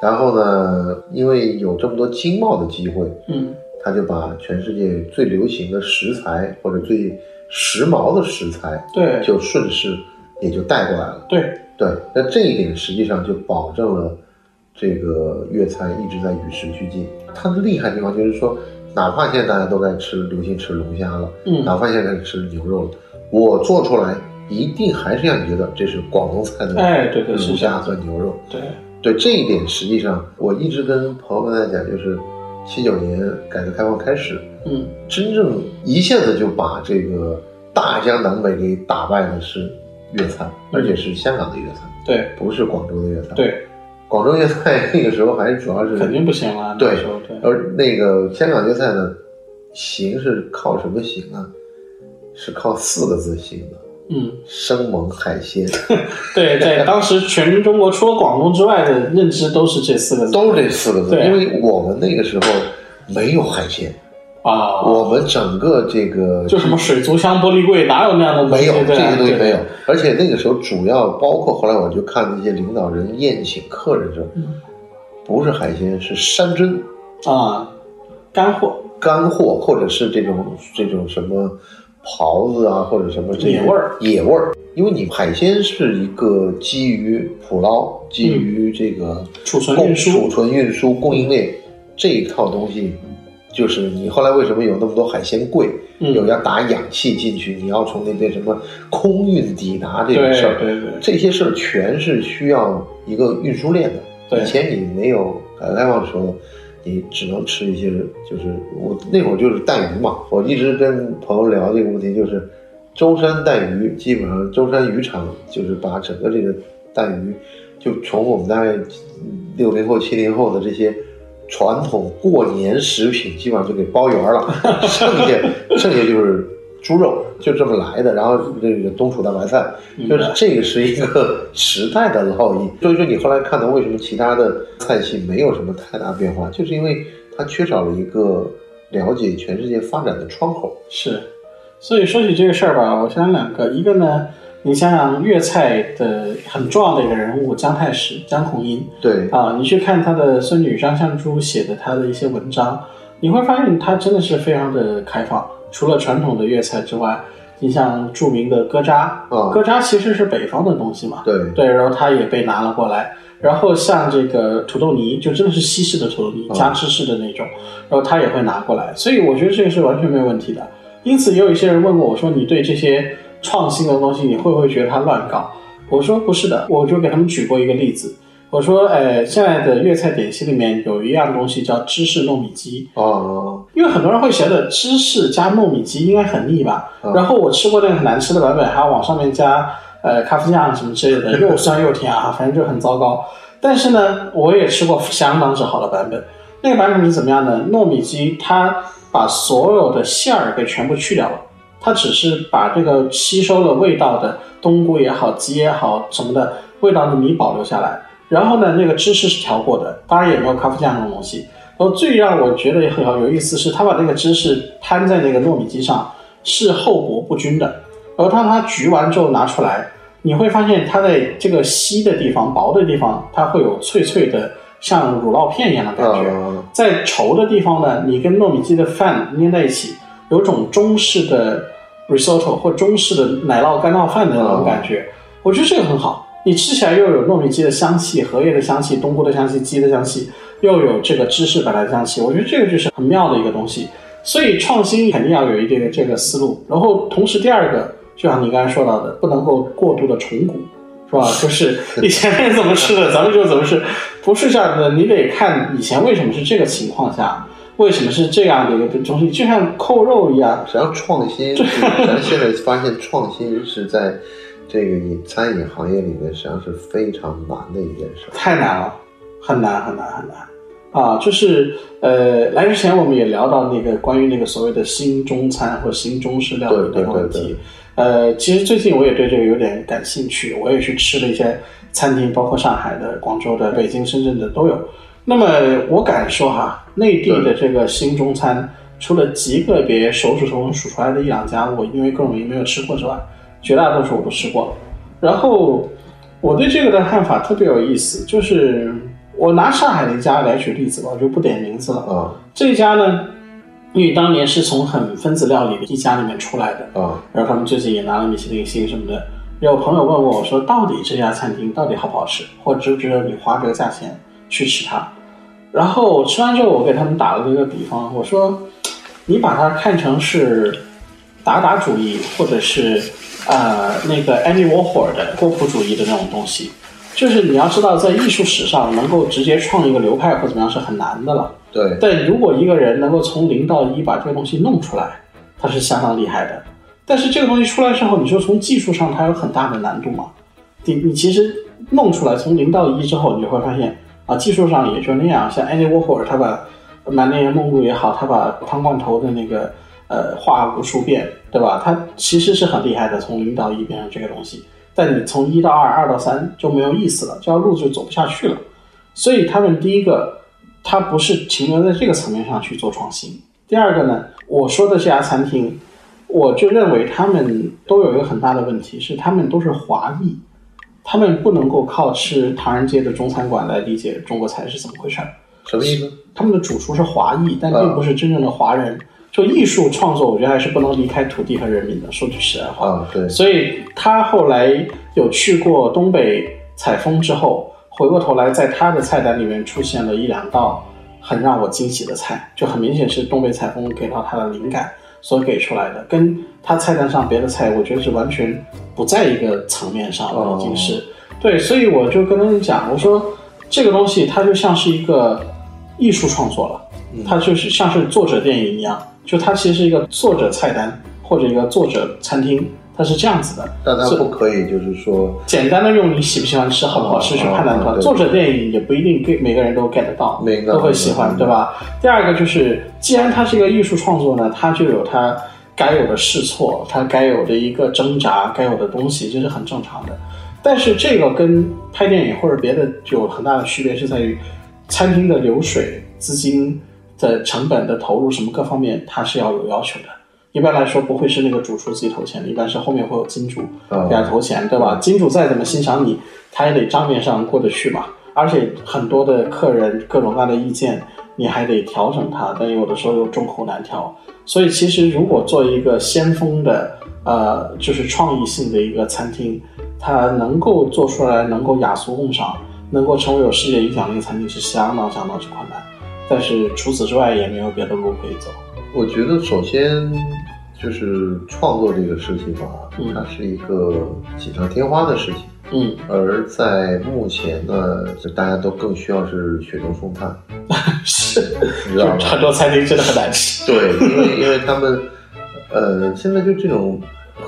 然后呢，因为有这么多经贸的机会，
嗯
他就把全世界最流行的食材或者最时髦的食材，
对
就顺势也就带过来了。
对
对，那这一点实际上就保证了这个粤菜一直在与时俱进。它的厉害地方就是说，哪怕现在大家都在吃流行吃龙虾了，哪
嗯，
怕现在吃牛肉了，我做出来一定还是让你觉得这是广东菜的
哎对对是
龙
这
虾
样
和牛肉。
对，
对这一点，实际上我一直跟朋友们在讲，就是七九年改革开放开始，
嗯
真正一下子就把这个大江南北给打败的是粤菜，而且是香港的粤菜，
对
不是广州的粤菜。，
对，
广州粤 [LAUGHS] 菜那个时候还是主要是
肯定不行了，
嗯对
那时候对，
而那个香港粤菜呢，行是靠什么行啊？是靠四个字行的，
嗯，
生猛海
[LAUGHS]
鲜，
对对，当时全中国除了广东之外的认知都是这四个字
都是这四个字。
对
因为我们那个时候没有海鲜，
啊，
我们整个这个
就什么水族箱、玻璃柜，哪有那样的东
没
西？
有这
对啊
些东西
对
没有，而且那个时候主要包括后来我就看那些领导人宴请客人的时候，
嗯
不是海鲜是山珍
啊，干货
干货，或者是这种这种什么狍子啊，或者什么这
野味儿
野味儿，因为你海鲜是一个基于捕捞、基于这个
嗯储存
供
运输
储存运输供应链这一套东西。就是你后来为什么有那么多海鲜柜？
嗯
有要打氧气进去，你要从那边什么空运抵达这
对
种事儿，
对对，
这些事儿全是需要一个运输链的。
对
以前你没有改革开放的时候，你只能吃一些，就是我那会儿就是带鱼嘛。我一直跟朋友聊这个问题，就是舟山带鱼，基本上舟山渔场就是把整个这个带鱼，就从我们大概六零后、七零后的这些。传统过年食品基本上就给包圆了，剩下剩下就是猪肉，就这么来的。然后这个冬储大白菜，
明白
就是这个是一个时代的烙印，所以说你后来看到为什么其他的菜系没有什么太大变化，就是因为它缺少了一个了解全世界发展的窗口。
是，所以说起这个事儿吧，我想两个，一个呢，你想想粤菜的很重要的一个人物姜太史、姜孔英
对，
啊，你去看他的孙女张向珠写的他的一些文章，你会发现他真的是非常的开放，除了传统的粤菜之外，你像著名的哥扎，
啊
哥扎其实是北方的东西嘛，
对，
对，然后他也被拿了过来。然后像这个土豆泥，就真的是西式的土豆泥，
嗯
加芝士的那种，然后他也会拿过来，所以我觉得这个是完全没有问题的。因此，也有一些人问过我说：“你对这些创新的东西，你会不会觉得它乱搞？”我说：“不是的。”我就给他们举过一个例子，我说：“呃，现在的粤菜点心里面有一样东西叫芝士糯米鸡，
哦，
因为很多人会觉得芝士加糯米鸡应该很腻吧，
嗯
然后我吃过那个很难吃的版本，还要往上面加呃咖啡酱什么之类的，又酸又甜啊，反正就很糟糕。但是呢，我也吃过相当之好的版本，那个版本是怎么样呢？糯米鸡它把所有的馅儿给全部去掉了。它只是把这个吸收了味道的冬菇也好、鸡也好什么的味道的米保留下来。然后呢，那个芝士是调过的，当然也没有咖啡酱那种东西。然后最让我觉得很有意思是，他把那个芝士摊在那个糯米鸡上，是厚薄不均的。然后当它焗完之后拿出来，你会发现它在这个稀的地方、薄的地方，它会有脆脆的，像乳酪片一样的感觉。
哦，
在稠的地方呢，你跟糯米鸡的饭粘在一起，有种中式的 risotto 或中式的奶酪干酪饭的那种感觉。我觉得这个很好，你吃起来又有糯米鸡的香气、荷叶的香气、冬菇的香气、鸡的香气，又有这个芝士本来的香气。我觉得这个就是很妙的一个东西。所以创新肯定要有一定的这个思路，然后同时第二个，就像你刚才说到的，不能够过度的重古，是吧？就是以前人怎么吃的，咱们就怎么吃，不是这样的。你得看以前为什么是这个情况下，为什么是这样的一个东西，就像扣肉一样，
实际上创新是，咱现在发现创新是在这个饮餐饮行业里面，实际上是非常难的一件事。
太难了，很难很难很难啊！就是呃，来之前我们也聊到那个关于那个所谓的新中餐或新中式料理的
对对对
问题。
对
呃，其实最近我也对这个有点感兴趣，我也去吃了一些餐厅，包括上海的、广州的、北京、深圳的都有。那么我敢说哈，内地的这个新中餐，除了极个别手指头能数出来的一两家，我因为各种原因没有吃过之外，绝大多数我都吃过了。然后我对这个的看法特别有意思，就是我拿上海的一家来举例子吧，我就不点名字了。
啊
这家呢，因为当年是从很分子料理的一家里面出来的，
啊
然后他们最近也拿了米其林星什么的。有朋友问我，我说到底这家餐厅到底好不好吃，或值不值得你花这个价钱去吃它？然后吃完之后，我给他们打了一个比方，我说，你把它看成是达达主义，或者是呃那个 Andy Warhol 的波普主义的那种东西，就是你要知道，在艺术史上能够直接创一个流派或怎么样是很难的了。
对
但如果一个人能够从零到一把这个东西弄出来，他是相当厉害的。但是这个东西出来之后，你说从技术上它有很大的难度嘛？你你其实弄出来从零到一之后，你就会发现啊，技术上也就那样。像 Andy Warhol 他把满脸梦露也好，他把汤罐头的那个呃画无数遍，对吧？他其实是很厉害的，从零到一变成这个东西。但你从一到二，二到三就没有意思了，这条路就走不下去了。所以他们第一个，他不是停留在这个层面上去做创新。第二个呢，我说的这家餐厅，我就认为他们都有一个很大的问题，是他们都是华裔，他们不能够靠吃唐人街的中餐馆来理解中国菜是怎么回事儿。
什么意思？
他们的主厨是华裔，但并不是真正的华人。就艺术创作，我觉得还是不能离开土地和人民的。说句实在话，
啊，对，
所以他后来有去过东北采风之后，回过头来在他的菜单里面出现了一两道很让我惊喜的菜，就很明显是东北采风给到他的灵感所给出来的，跟他菜单上别的菜，我觉得是完全不在一个层面上了，
哦
已经是、对，所以我就跟他们讲，我说这个东西它就像是一个艺术创作了。
嗯
它就是像是作者电影一样，就它其实是一个作者菜单或者一个作者餐厅，它是这样子的。
但他
所以
不可以就是说，
简单的用你喜不喜欢吃、好不好吃去判断
哦
它。
对
作者电影也不一定给每个人都 get 得到
明，白
都会喜欢，
明白
对吧？第二个就是，既然它是一个艺术创作呢，它就有它该有的试错，它该有的一个挣扎，该有的东西，这是很正常的。但是这个跟拍电影或者别的有很大的区别，是在于餐厅的流水、资金的成本的投入什么各方面，它是要有要求的。一般来说不会是那个主厨自己投钱的，一般是后面会有金主
嗯
给他投钱，对吧？金主再怎么欣赏你，他也得账面上过得去嘛。而且很多的客人各种各样的意见，你还得调整它，但有的时候又众口难调。所以其实如果做一个先锋的，呃，就是创意性的一个餐厅，它能够做出来，能够雅俗共赏，能够成为有世界影响力的餐厅，是相当相当之困难。但是除此之外，也没有别的路可以走。
我觉得首先就是创作这个事情吧，
嗯
它是一个锦上添花的事情。
嗯，
而在目前呢，就大家都更需要是雪中送炭，
是，
你知
就
道
[LAUGHS]
吗？
很多餐厅真的很难
[LAUGHS]
吃。
对，因为因为他们，呃，现在就这种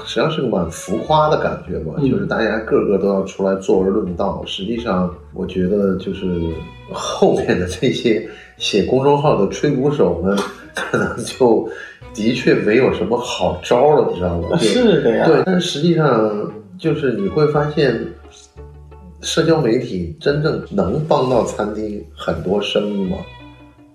实际上是个蛮浮夸的感觉嘛，
嗯
就是大家个个都要出来坐而论道。实际上，我觉得就是后面的这些写公众号的吹鼓手们，可能就的确没有什么好招了，你知道吗？就。
[LAUGHS] 是的呀，
对，但实际上就是你会发现，社交媒体真正能帮到餐厅很多生意吗？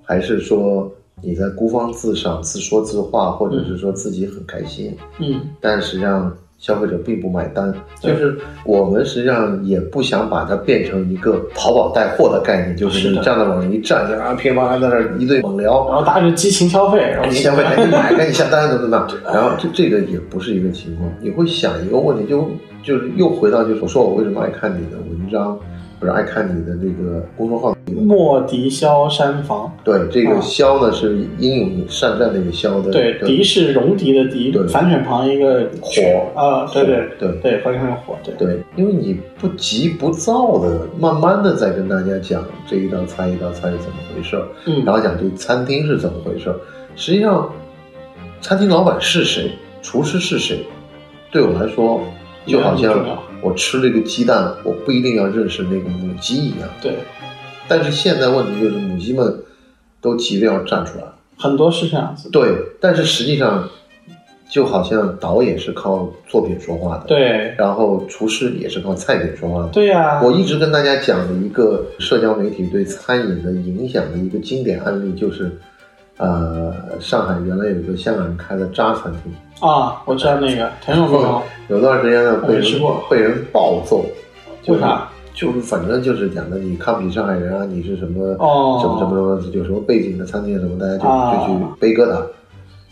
还是说你在孤芳自赏、自说自话，或者是说自己很开心，
嗯，
但实际上消费者并不买单？
对
就是我们实际上也不想把它变成一个淘宝带货的概念，就是
是
你
的
站在往上一站，然后噼里啪啦在那儿一顿猛聊，
然后大家就激情消费，然后
赶
就
紧哎消费，
[LAUGHS]
赶紧买，赶紧下单，怎么怎么样。然后这这个也不是一个情况，你会想一个问题，就就是又回到就是我说我为什么爱看你的文章，或者爱看你的这个公众号。
莫迪萧山房，
对，这
啊
个枭呢是英勇善战那个枭的，
对，迪是戎狄的狄
对，
反犬旁一个
火
啊，对对
对
对，反犬火，对
对，因为你不急不躁的，慢慢的在跟大家讲这一道菜一道菜是怎么回事儿，
嗯
然后讲这餐厅是怎么回事儿。实际上，餐厅老板是谁，厨师是谁，对我来说，就好
也
像
很重要
我吃了一个鸡蛋，我不一定要认识那个母鸡一样。
对，
但是现在问题就是，母鸡们都急着要站出来。
很多是这样子的，
对，但是实际上，就好像导演是靠作品说话的，，
对
然后厨师也是靠菜品说话的。
对呀，
我一直跟大家讲的一个社交媒体对餐饮的影响的一个经典案例，就是，呃，上海原来有一个香港人开的渣餐厅，
啊，我知道那
[LAUGHS]
个田永龙，
有段时间呢被
我没吃过
人被人暴揍，就
为
是
啥？
就是反正就是讲的你看不起上海人啊，你是什么、
哦
什么什么什么有什么背景的餐厅什么，大家就、就
啊
去背疙瘩。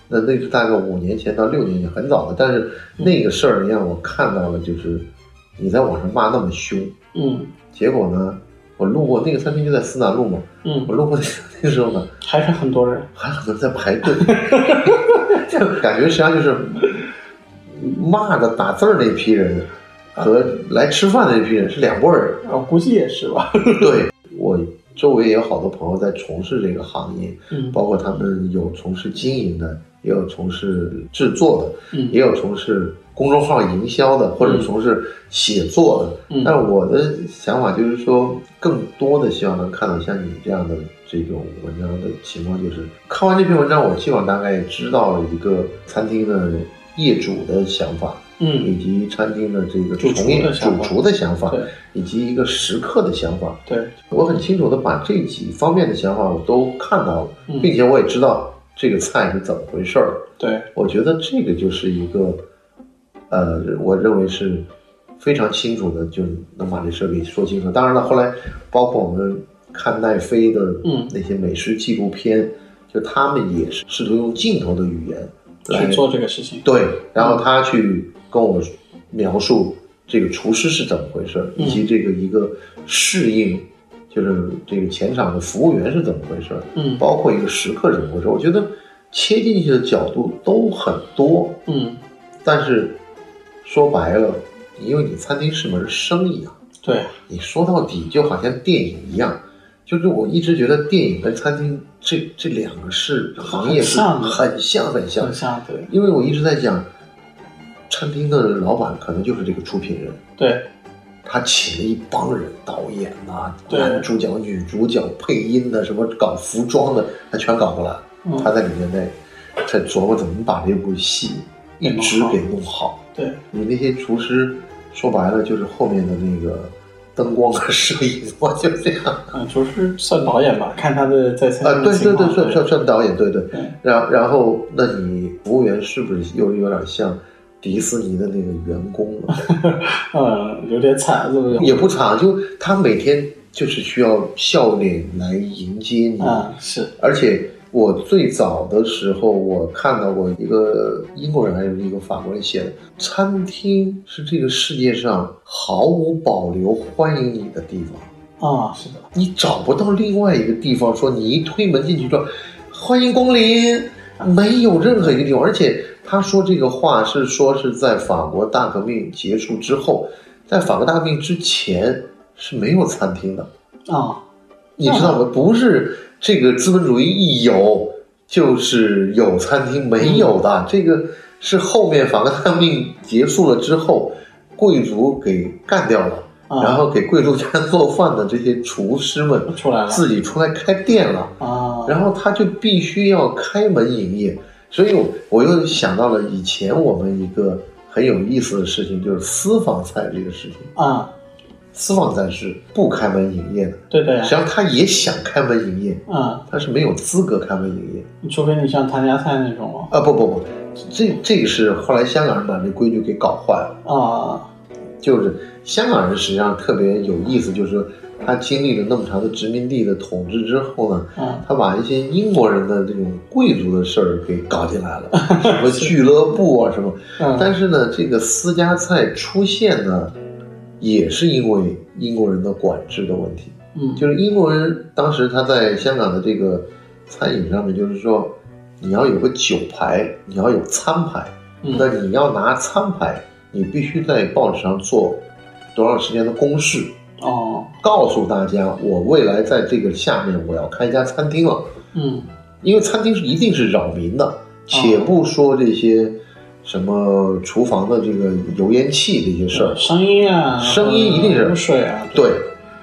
那那是大概五年前到六年前，很早了。但是那个事儿让我看到了，就是你在网上骂那么凶，
嗯
结果呢，我路过那个餐厅就在思南路嘛，
嗯
我，路过那个那个时候呢，
还是很多人，
还有很多人在排队，就感觉实际上就是骂的打字儿那批人和来吃饭的那批人是两拨人。
我啊估计也是
[LAUGHS]
吧，
对我周围也有好多朋友在从事这个行业，
嗯
包括他们有从事经营的，也有从事制作的，
嗯
也有从事公众号营销的，或者
嗯
从事写作的。
嗯
但我的想法就是说，更多的希望能看到像你这样的这种文章的情况，就是看完这篇文章，我基本上大概知道了一个餐厅的业主的想法，
嗯，
以及餐厅的这个
主厨
从业
的想
主
法
厨的想法
对，
以及一个食客的想法。
对，
我很清楚的把这几方面的想法我都看到了，
嗯
并且我也知道这个菜是怎么回事儿。
对，
我觉得这个就是一个，呃，我认为是非常清楚的，就能把这事儿给说清楚。当然了，后来包括我们看奈飞的
嗯
那些美食纪录片，就他们也是试图用镜头的语言来
去做这个事情，
对，然后他去跟我描述这个厨师是怎么回事，
嗯
以及这个一个适应，就是这个前场的服务员是怎么回事，
嗯
包括一个食客是怎么回事。我觉得切进去的角度都很多，
嗯，
但是说白了，因为你餐厅是门生意啊，
对，
你说到底就好像电影一样，就是我一直觉得电影跟餐厅这这两个是行业是
很像的
很像很像
很，像，对，
因为我一直在讲，餐厅的老板可能就是这个出品人，
对，
他请了一帮人，导演呐、
对
男主角、女主角、配音的，什么搞服装的，他全搞过来。
嗯
他在里面在在琢磨怎么把这部戏一直给弄好。
对，
你那些厨师说白了就是后面的那个灯光和摄影，我就这样。
[LAUGHS] 嗯，主师算导演吧，看他的在餐
啊，
厅的
对对
情
对，
况，嗯
算算算导演，对对
对。
然然后，那你服务员是不是又有点像迪士尼的那个员工 [LAUGHS] 了？
嗯，有点惨，是不是？
也不差，就他每天就是需要笑脸来迎接你。
啊，是，
而且我最早的时候，我看到过一个英国人还是一个法国人写的，餐厅是这个世界上毫无保留欢迎你的地方。
啊，是的，
你找不到另外一个地方说你一推门进去说欢迎光临，没有任何一个地方。而且他说这个话是说是在法国大革命结束之后，在法国大革命之前是没有餐厅的，
啊，
你知道吗？不是这个资本主义一有就是有餐厅
嗯
没有的，这个是后面法国大革命结束了之后，贵族给干掉了。
啊
然后给贵族家做饭的这些厨师们
出来了
自己出来开店了，
啊，
然后他就必须要开门营业，所以我我又想到了以前我们一个很有意思的事情，就是私房菜这个事情。
啊，
私房菜是不开门营业的，
对的呀
实际，上他也想开门营业，
嗯，
他是没有资格开门营业。
除非你像谭家菜那种了，
啊，不不不，这这个是后来香港人把这规矩给搞坏了。
啊，
就是香港人实际上特别有意思，就是他经历了那么长的殖民地的统治之后呢，
嗯，
他把一些英国人的这种贵族的事儿给搞进来了，什么俱乐部啊什么。
嗯，
但是呢，这个私家菜出现呢，也是因为英国人的管制的问题。
嗯，
就是英国人当时他在香港的这个餐饮上面，就是说你要有个酒牌，你要有餐牌。那
嗯，
你要拿餐牌，你必须在报纸上做多长时间的公示，
哦，
告诉大家我未来在这个下面我要开一家餐厅了。
嗯，
因为餐厅是一定是扰民的，且不说这些什么厨房的这个油烟气这些事儿，
声音啊，
声音一定是
污水啊，
对。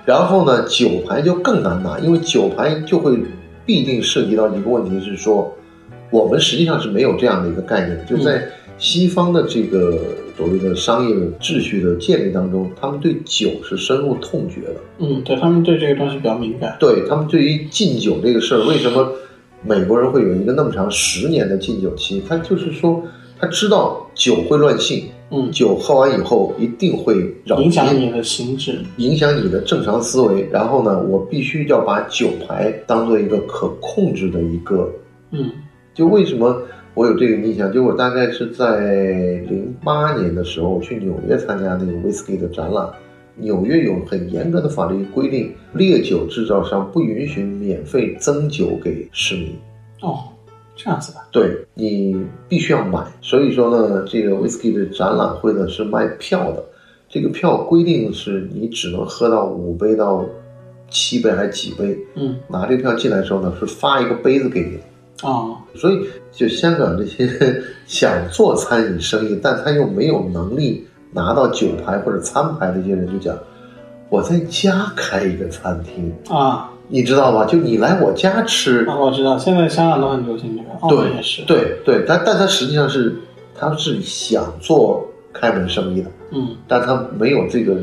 然后呢，酒牌就更难拿，因为酒牌就会必定涉及到一个问题是说，我们实际上是没有这样的一个概念的，
嗯
就在西方的这个所谓的商业秩序的建立当中，他们对酒是深恶痛绝的。
嗯，对他们对这个东西比较敏感，
对他们对于禁酒这个事儿，为什么美国人会有一个那么长十年的禁酒期？他就是说，他知道酒会乱性，
嗯，
酒喝完以后一定会扰
影响
民
你的心智，
影响你的正常思维。然后呢，我必须要把酒牌当做一个可控制的一个。
嗯，
就为什么我有这个印象？就我大概是在零八年的时候去纽约参加那个 whisky 的展览。纽约有很严格的法律规定，烈酒制造商不允许免费赠酒给市民。
哦，这样子吧，
对你必须要买，所以说呢，这个 whisky 的展览会呢是卖票的，这个票规定是你只能喝到五杯到七杯还是几杯，
嗯，
拿这个票进来的时候呢是发一个杯子给你的，
啊，
所以就香港这些想做餐饮生意，但他又没有能力拿到酒牌或者餐牌的一些人就讲，我在家开一个餐厅，
啊，
你知道吧？就你来我家吃，
啊，我知道，现在香港都很流行这个，澳门也是，，
对对，但但他实际上是他是想做开门生意的，
嗯，
但他没有这个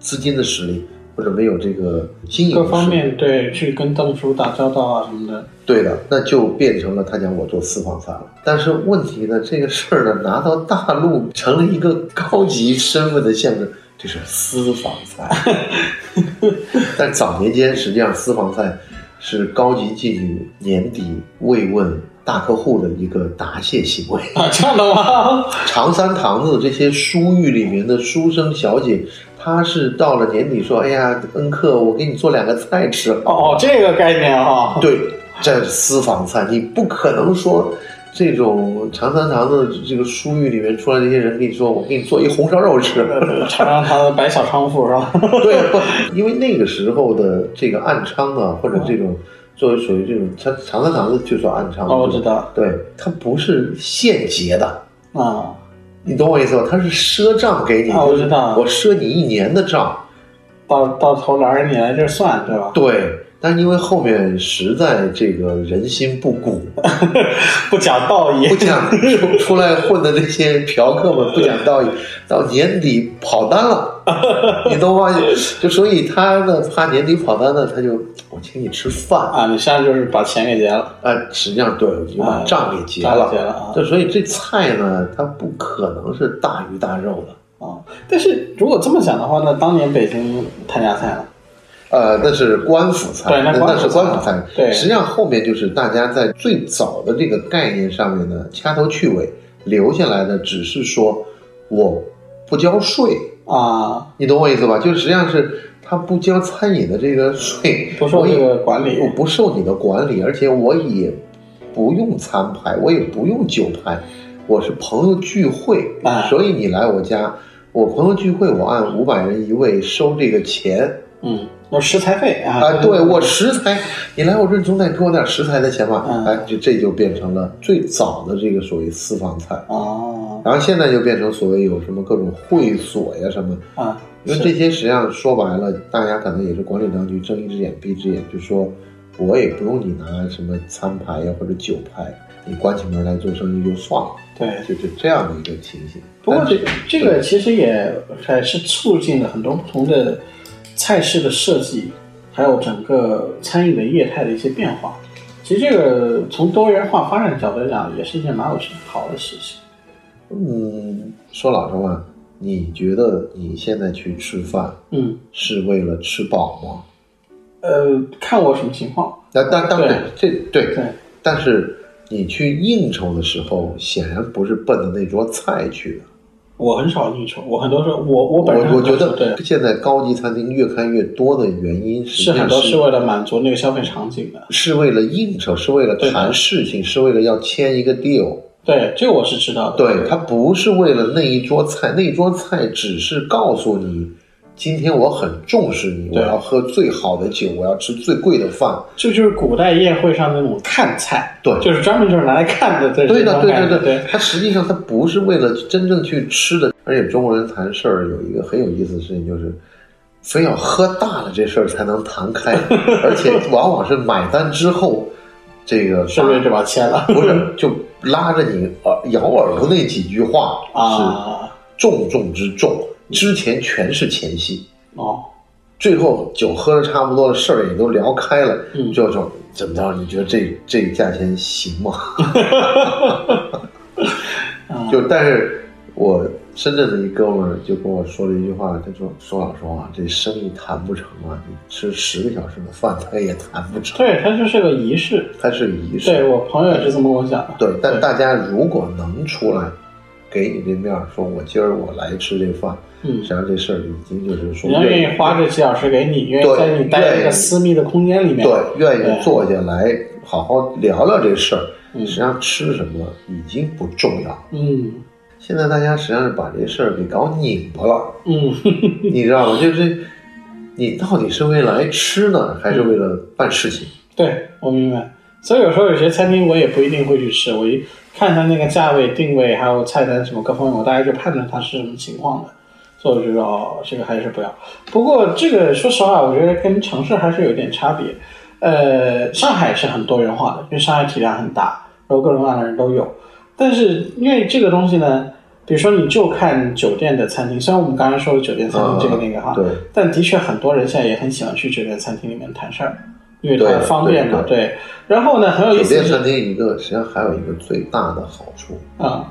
资金的实力，或者没有这个经营的
各
实力
方面对，去跟邓叔打交道啊什么的，
对的，那就变成了他讲我做私房菜了。但是问题呢，这个事儿呢，拿到大陆成了一个高级身份的象征，这是私房
[LAUGHS]
菜。但早年间，实际上私房菜是高级妓女年底慰问大客户的一个答谢行为。
啊，这样的吗？
长三堂子这些书域里面的书生小姐，她是到了年底说：“哎呀，恩客，我给你做两个菜吃。”
哦，这个概念哈、哦，
对，这是私房菜，你不可能说这种长三堂的这个书域里面出来这些人跟你说，我给你做一红烧肉
[LAUGHS]
吃。
尝尝他的白小娼妇是吧？
对，不，因为那个时候的这个暗娼啊，或者这种作为属于这种长长三堂的就算暗娼。
哦，我知。道，
对，它不是现结的。
啊，
你懂我意思吧？它是赊账给你，
啊我知道
我赊你一年的账，
到到头来你来这儿算对吧？ [LAUGHS]
对。但是因为后面实在这个人心不古，
不讲道义
不，讲出出来混的这些嫖客们不讲道义，到年底跑单了，你懂吗？就所以他呢，怕年底跑单呢，他就我请你吃饭，
啊，你现在就是把钱给结了，
啊，实际上对，你把账给结
账
了，
结了啊
就所以这菜呢，它不可能是大鱼大肉的，
啊，但是如果这么讲的话，那当年北京谭家菜了，
呃，那是官府菜，
对
那
那官府
是官府
菜
菜。
对
实际上后面就是大家在最早的这个概念上面呢，掐头去尾，留下来的只是说我不交税，
啊，
你懂我意思吧？就实际上是他不交餐饮的这个税，
[LAUGHS] 不受
我也
这个管理
我不受你的管理，而且我也不用餐牌，我也不用酒牌，我是朋友聚会，
啊
所以你来我家，我朋友聚会，我按五百人一位收这个钱
嗯，有食材费啊，
啊，对我食材，你来我这儿总得给我点食材的钱吧？
嗯
哎，这这就变成了最早的这个所谓私房菜，
哦，
然后现在就变成所谓有什么各种会所呀什么。
啊，
因为
是
这些实际上说白了，大家可能也是管理当局睁一只眼闭一只眼，就说我也不用你拿什么餐牌呀或者酒牌，你关起门来做生意就算了，
对。
就是这样的一个情形。
不过
但
这
是
这个其实也还是促进了很多不同的菜式的设计，还有整个餐饮的业态的一些变化。其实这个从多元化发展角度来讲，也是一件蛮有好的事情。
嗯，说老实话，你觉得你现在去吃饭
嗯，
是为了吃饱吗？
呃，看我什么情况。
那但当然，这对，
对，
但是你去应酬的时候，显然不是奔着那桌菜去的。
我很少应酬，我很多时候我我本身
我我觉
对
得现在高级餐厅越开越多的原因，实际
是很
上
多是为了满足那个消费场景的。
是为了应酬，是为了
对的
谈事情，是为了要签一个 deal。
对，这个我是知道的。
对，他不是为了那一桌菜，那一桌菜只是告诉你，今天我很重视你，我
对
要喝最好的酒，我要吃最贵的饭。
这就是古代宴会上那种看菜，
对
就是专门就是拿来看的，对
对
这
的，
种
对
感
对
觉
对，他实际上他不是为了真正去吃的。而且中国人谈事儿有一个很有意思的事情，就是非要喝大了这事儿才能谈
[LAUGHS]
开，而且往往是买单之后，这个
顺便就把钱了
不是就拉着你耳咬耳朵那几句话是
啊，
重中之重，之前全是前戏。
哦，
最后酒喝的差不多了，事儿也都聊开了，
嗯
就就怎么着？你觉得这这个价钱行
[LAUGHS]
吗？就但是，我深圳的一哥们儿就跟我说了一句话，他说：“说老实话，这生意谈不成啊，你吃十个小时的饭，他也谈不
[LAUGHS]
成，
对，它就是个仪式。
它是仪式。
对我朋友也是这么跟我讲的。
对，但大家如果能出来，给你这面儿，说我今儿我来吃这饭，实
嗯
际，上这事儿已经就是说
人家愿意花这几小时给你，愿意在你待一个私密的空间里面，
对，愿意坐下来好好聊聊这事儿。
嗯
实际上吃什么已经不重要，
嗯
现在大家实际上是把这事儿给搞拧巴了，
嗯，
你知道吗？就是你到底是为了来吃呢，还是为了办事情？
对我明白。所以有时候有些餐厅我也不一定会去吃，我一看它那个价位、定位，还有菜单什么各方面，我大概就判断它是什么情况的。所以我觉得哦，这个还是不要。不过这个说实话，我觉得跟城市还是有点差别。呃，上海是很多元化的，因为上海体量很大，然后各种各样的人都有。但是因为这个东西呢，比如说你就看酒店的餐厅，虽然我们刚才说的酒店餐厅这个那个哈，
对，
但的确很多人现在也很喜欢去酒店餐厅里面谈事儿，因为它
对
方便嘛。对然后呢，很有意
酒
思
店
的是
餐厅一个，实际上还有一个最大的好处，
啊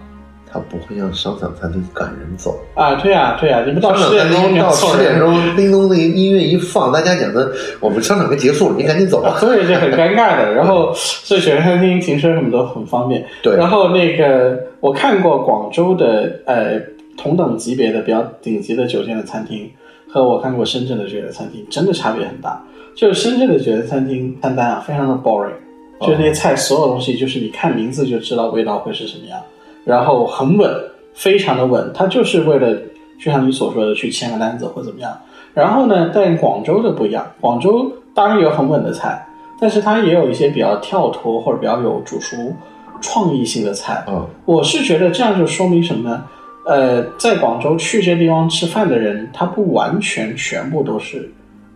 它不会让商场餐厅赶人走。
啊，对啊对啊，你们到
商
十
场餐
点钟
厅
你
到
要凑
十点
人
钟，叮咚那个音乐一放，大家讲的我们商场快结束了，您赶紧走吧。
所以是很尴尬的。然后，所以酒店餐厅停车什么都很方便。
对，
然后那个我看过广州的呃同等级别的比较顶级的酒店的餐厅，和我看过深圳的酒店餐厅，真的差别很大。就是深圳的酒店餐厅餐单啊，非常的 boring，就是那些菜所有东西就是你看名字就知道味道会是什么样，然后很稳，非常的稳，它就是为了就像你所说的去签个单子或怎么样。然后呢，但广州的不一样，广州当然有很稳的菜，但是它也有一些比较跳脱或者比较有主厨创意性的菜。
嗯，
我是觉得这样就说明什么呢？呃，在广州去这些地方吃饭的人，他不完全全部都是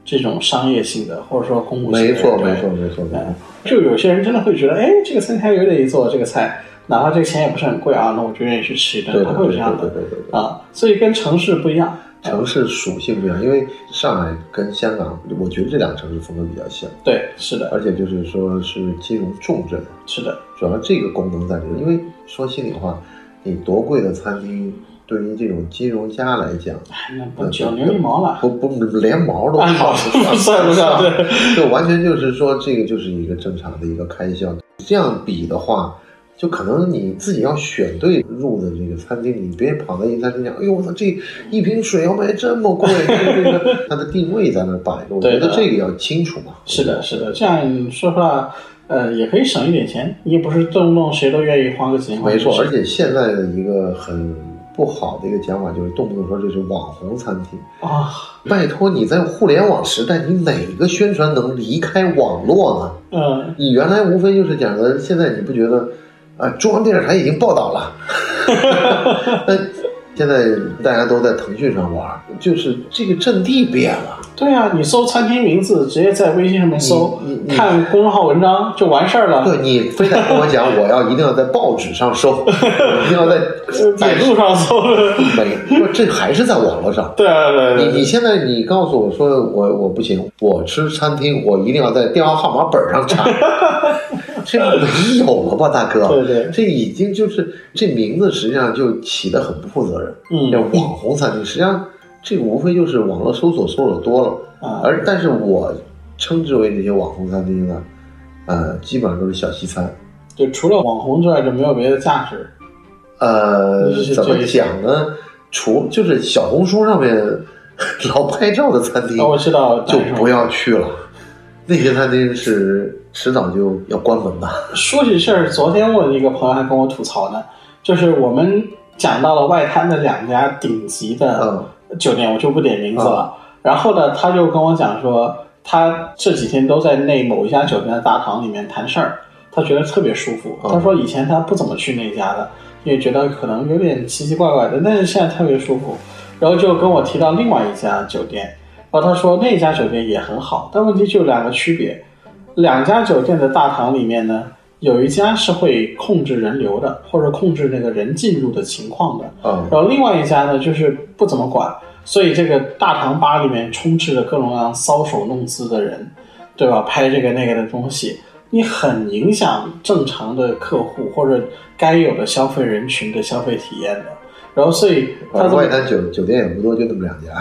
这种商业性的，或者说公务性的
没
人。
错，
对
没错，没错，没错。
就有些人真的会觉得，哎，这个餐厅有点意思哦，这个菜，哪怕这个钱也不是很贵啊，那我就愿意去吃一顿。
对
他
的，
会有
对
这样
的，对
的
对对对。
啊，所以跟城市不一样。
城市属性不一样，因为上海跟香港，我觉得这两个城市风格比较像，
对，是的，
而且就是说是金融重镇，
是的，
主要这个功能在这里。因为说心里话，你多贵的餐厅，对于这种金融家来讲，
哎那不
那
九牛一毛
[LAUGHS]
了。
不不连毛都
哎毛都不算不上对
就完全就是说这个就是一个正常的一个开销。这样比的话，就可能你自己要选对入的这个餐厅，你别跑到一餐厅讲，哎呦我操，这一瓶水要卖这么贵，这个这个它的定位在那儿摆着，我
对
觉
的
得这个要清楚嘛。 [LAUGHS]
是的，是的，这样说话，呃，也可以省一点钱，你也不是动不动谁都愿意花个几千块
没
钱去吃。
错，而且现在的一个很不好的一个讲法就是动不动说这是网红餐厅。
啊，
拜托你在互联网时代，你哪个宣传能离开网络呢？
嗯，
你原来无非就是讲的，现在你不觉得啊，中央电视台已经报道了，那现在大家都在腾讯上玩，就是这个阵地变了。
对啊，你搜餐厅名字，直接在微信上面搜
你你，你
看公众号文章就完事儿了。
对你非得跟我讲，我要一定要在报纸上搜，我一定要在 [LAUGHS]
呃，百度上搜 [LAUGHS] 的。
没，不这还是在网络上。
对啊，对啊
你
对
你
啊。
现在你告诉我说我我不行，我吃餐厅我一定要在电话号码本上
[LAUGHS]
查，这没有了吧，大哥？
对对
这已经就是这名字实际上就起得很不负责任。
嗯
这网红餐厅实际上这个无非就是网络搜索搜索多了，
啊
而但是我称之为这些网红餐厅呢，呃，基本上都是小西餐。
就除了网红之外，就没有别的价值。
嗯呃
你嗯是，
怎么
这个
讲呢？除就是小红书上面 [LAUGHS] 老拍照的餐厅，
啊，我知道，
就
但是
不要去了。那些餐厅是迟早就要关门的。
说起事儿，昨天我的一个朋友还跟我吐槽呢，就是我们讲到了外滩的两家顶级
嗯
的酒店，我就不点名字了。然后呢，他就跟我讲说，他这几天都在那某一家酒店的大堂里面谈事儿，他觉得特别舒服。
嗯
他说以前他不怎么去那家的，因为觉得可能有点奇奇怪怪的，但是现在特别舒服。然后就跟我提到另外一家酒店，然后他说那家酒店也很好，但问题就有两个区别，两家酒店的大堂里面呢，有一家是会控制人流的，或者控制那个人进入的情况的，
嗯，
然后另外一家呢就是不怎么管，所以这个大堂吧里面充斥着各种各样搔首弄姿的人，对吧？拍这个那个的东西，你很影响正常的客户或者该有的消费人群的消费体验的。然后，所以呃
反正
他怎么
外滩酒酒店也不多，就那么两家。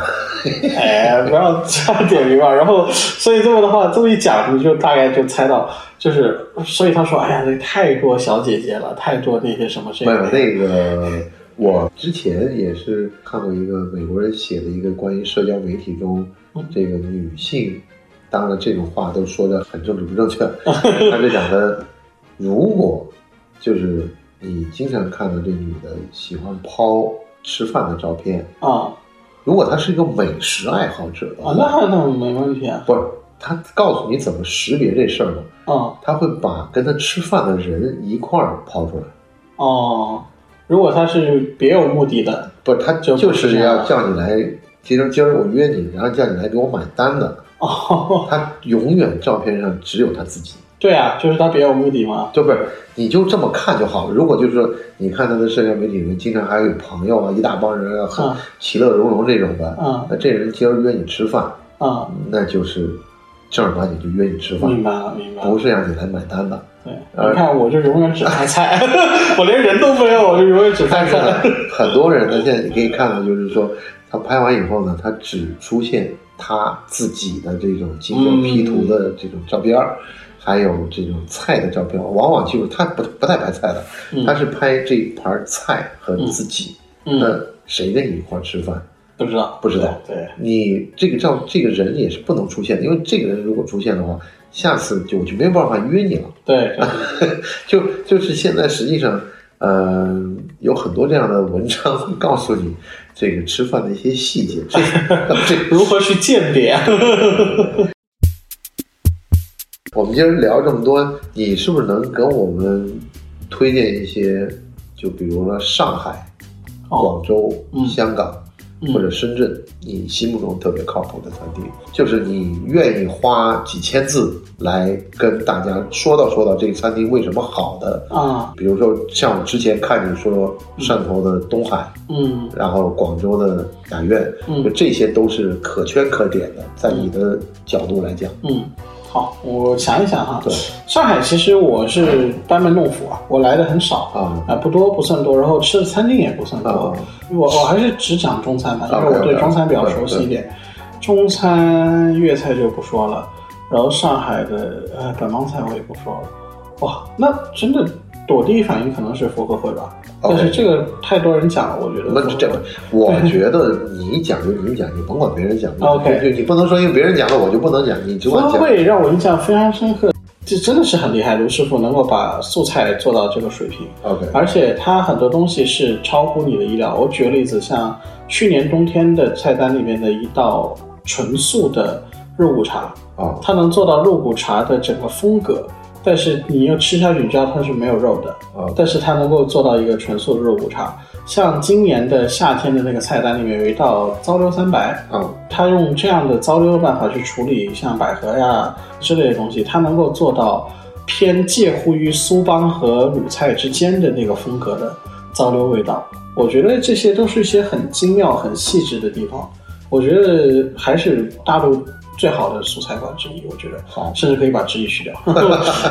哎，不要这样点名吧。然后，所以这么的话，这么一讲，你就大概就猜到，就是，所以他说，哎呀，这太多小姐姐了，太多那些什么这
没有
个，
那个，我之前也是看过一个美国人写的一个关于社交媒体中
嗯
这个女性，当然这种话都说的很政治不正
[LAUGHS]
确，他是讲的，如果就是你经常看到这女的喜欢抛吃饭的照片，
啊
如果她是一个美食爱好者的
啊
话，，
那那没问题啊，
不是，他告诉你怎么识别这事儿呢？
啊
他会把跟他吃饭的人一块儿抛出来，
哦，如果他是别有目的的，
不是他
就不
就是
这
是
样
要叫你来，今儿今儿我约你，然后叫你来给我买单的，
啊、哦， [LAUGHS]
他永远照片上只有他自己，
对啊，就是他别有目的嘛。
就不是你就这么看就好了。如果就是说你看他的社交媒体里面，经常还有朋友啊，一大帮人啊，很
嗯
其乐融融这种的，
嗯
那这人今儿约你吃饭，
啊、
那就是正儿八经就约你吃饭，
明白了，明白了
不。是让你来买单的。
对，
呃
你看我就永远只拍菜， [LAUGHS] 我连人都没有，我就永远只拍
但是呢
菜。，
很多人呢，现在你可以看到，就是说他拍完以后呢，他只出现他自己的这种经过 P 图的这种照片儿。还有这种菜的照片儿，往往就是他不不太拍菜的，
嗯
他是拍这一盘菜和自己。
嗯，
那谁跟你一块儿吃饭？
不知道，
不知道
对，对，
你这个照这个人也是不能出现的，因为这个人如果出现的话，下次就我就没有办法约你了。
对，对
就就是现在实际上，呃，有很多这样的文章会告诉你这个吃饭的一些细节。
[LAUGHS]
这这
如何去
[LAUGHS]
鉴别？
我们今儿聊这么多，你是不是能给我们推荐一些，就比如说上海、
哦，
广州、
嗯
香港
嗯
或者深圳，你心目中特别靠谱的餐厅，就是你愿意花几千字来跟大家说道说道这个餐厅为什么好的。
啊，
比如说，像我之前看你说汕头的东海，
嗯
然后广州的雅苑，
嗯
就这些都是可圈可点的，在你的角度来讲，
嗯，好，我想一想哈
对。
上海其实我是班门弄斧啊，我来的很少
啊
啊，不多不算多，然后吃的餐厅也不算多
啊。
我我还是只讲中餐吧，因
OK，OK，
为我对中餐比较熟悉一点。中餐、粤菜就不说了，然后上海的呃本帮菜我也不说了。哇，那真的，我第一反应可能是佛和会吧，但
OK
是这个太多人讲了，我觉得
那
佛和
这
会，
我觉得你讲就你讲，你甭管别人讲不
OK
就你不能说因为别人讲了我就不能讲，你只管
温
讲。
会让我印象非常深刻，这真的是很厉害，卢师傅能够把素菜做到这个水平，
OK，
而且他很多东西是超乎你的意料。我举个例子，像去年冬天的菜单里面的一道纯素的肉骨茶，
啊
它能做到肉骨茶的整个风格，但是你又吃下去，你知道它是没有肉的，
啊
但是它能够做到一个纯素的肉骨茶。像今年的夏天的那个菜单里面有一道糟溜三白，
啊
他用这样的糟溜的办法去处理像百合呀之类的东西，他能够做到偏介乎于苏帮和鲁菜之间的那个风格的糟溜味道。我觉得这些都是一些很精妙、很细致的地方。我觉得还是大陆最好的素菜馆之一。我觉得
好
甚至可以把之一去掉。 [LAUGHS]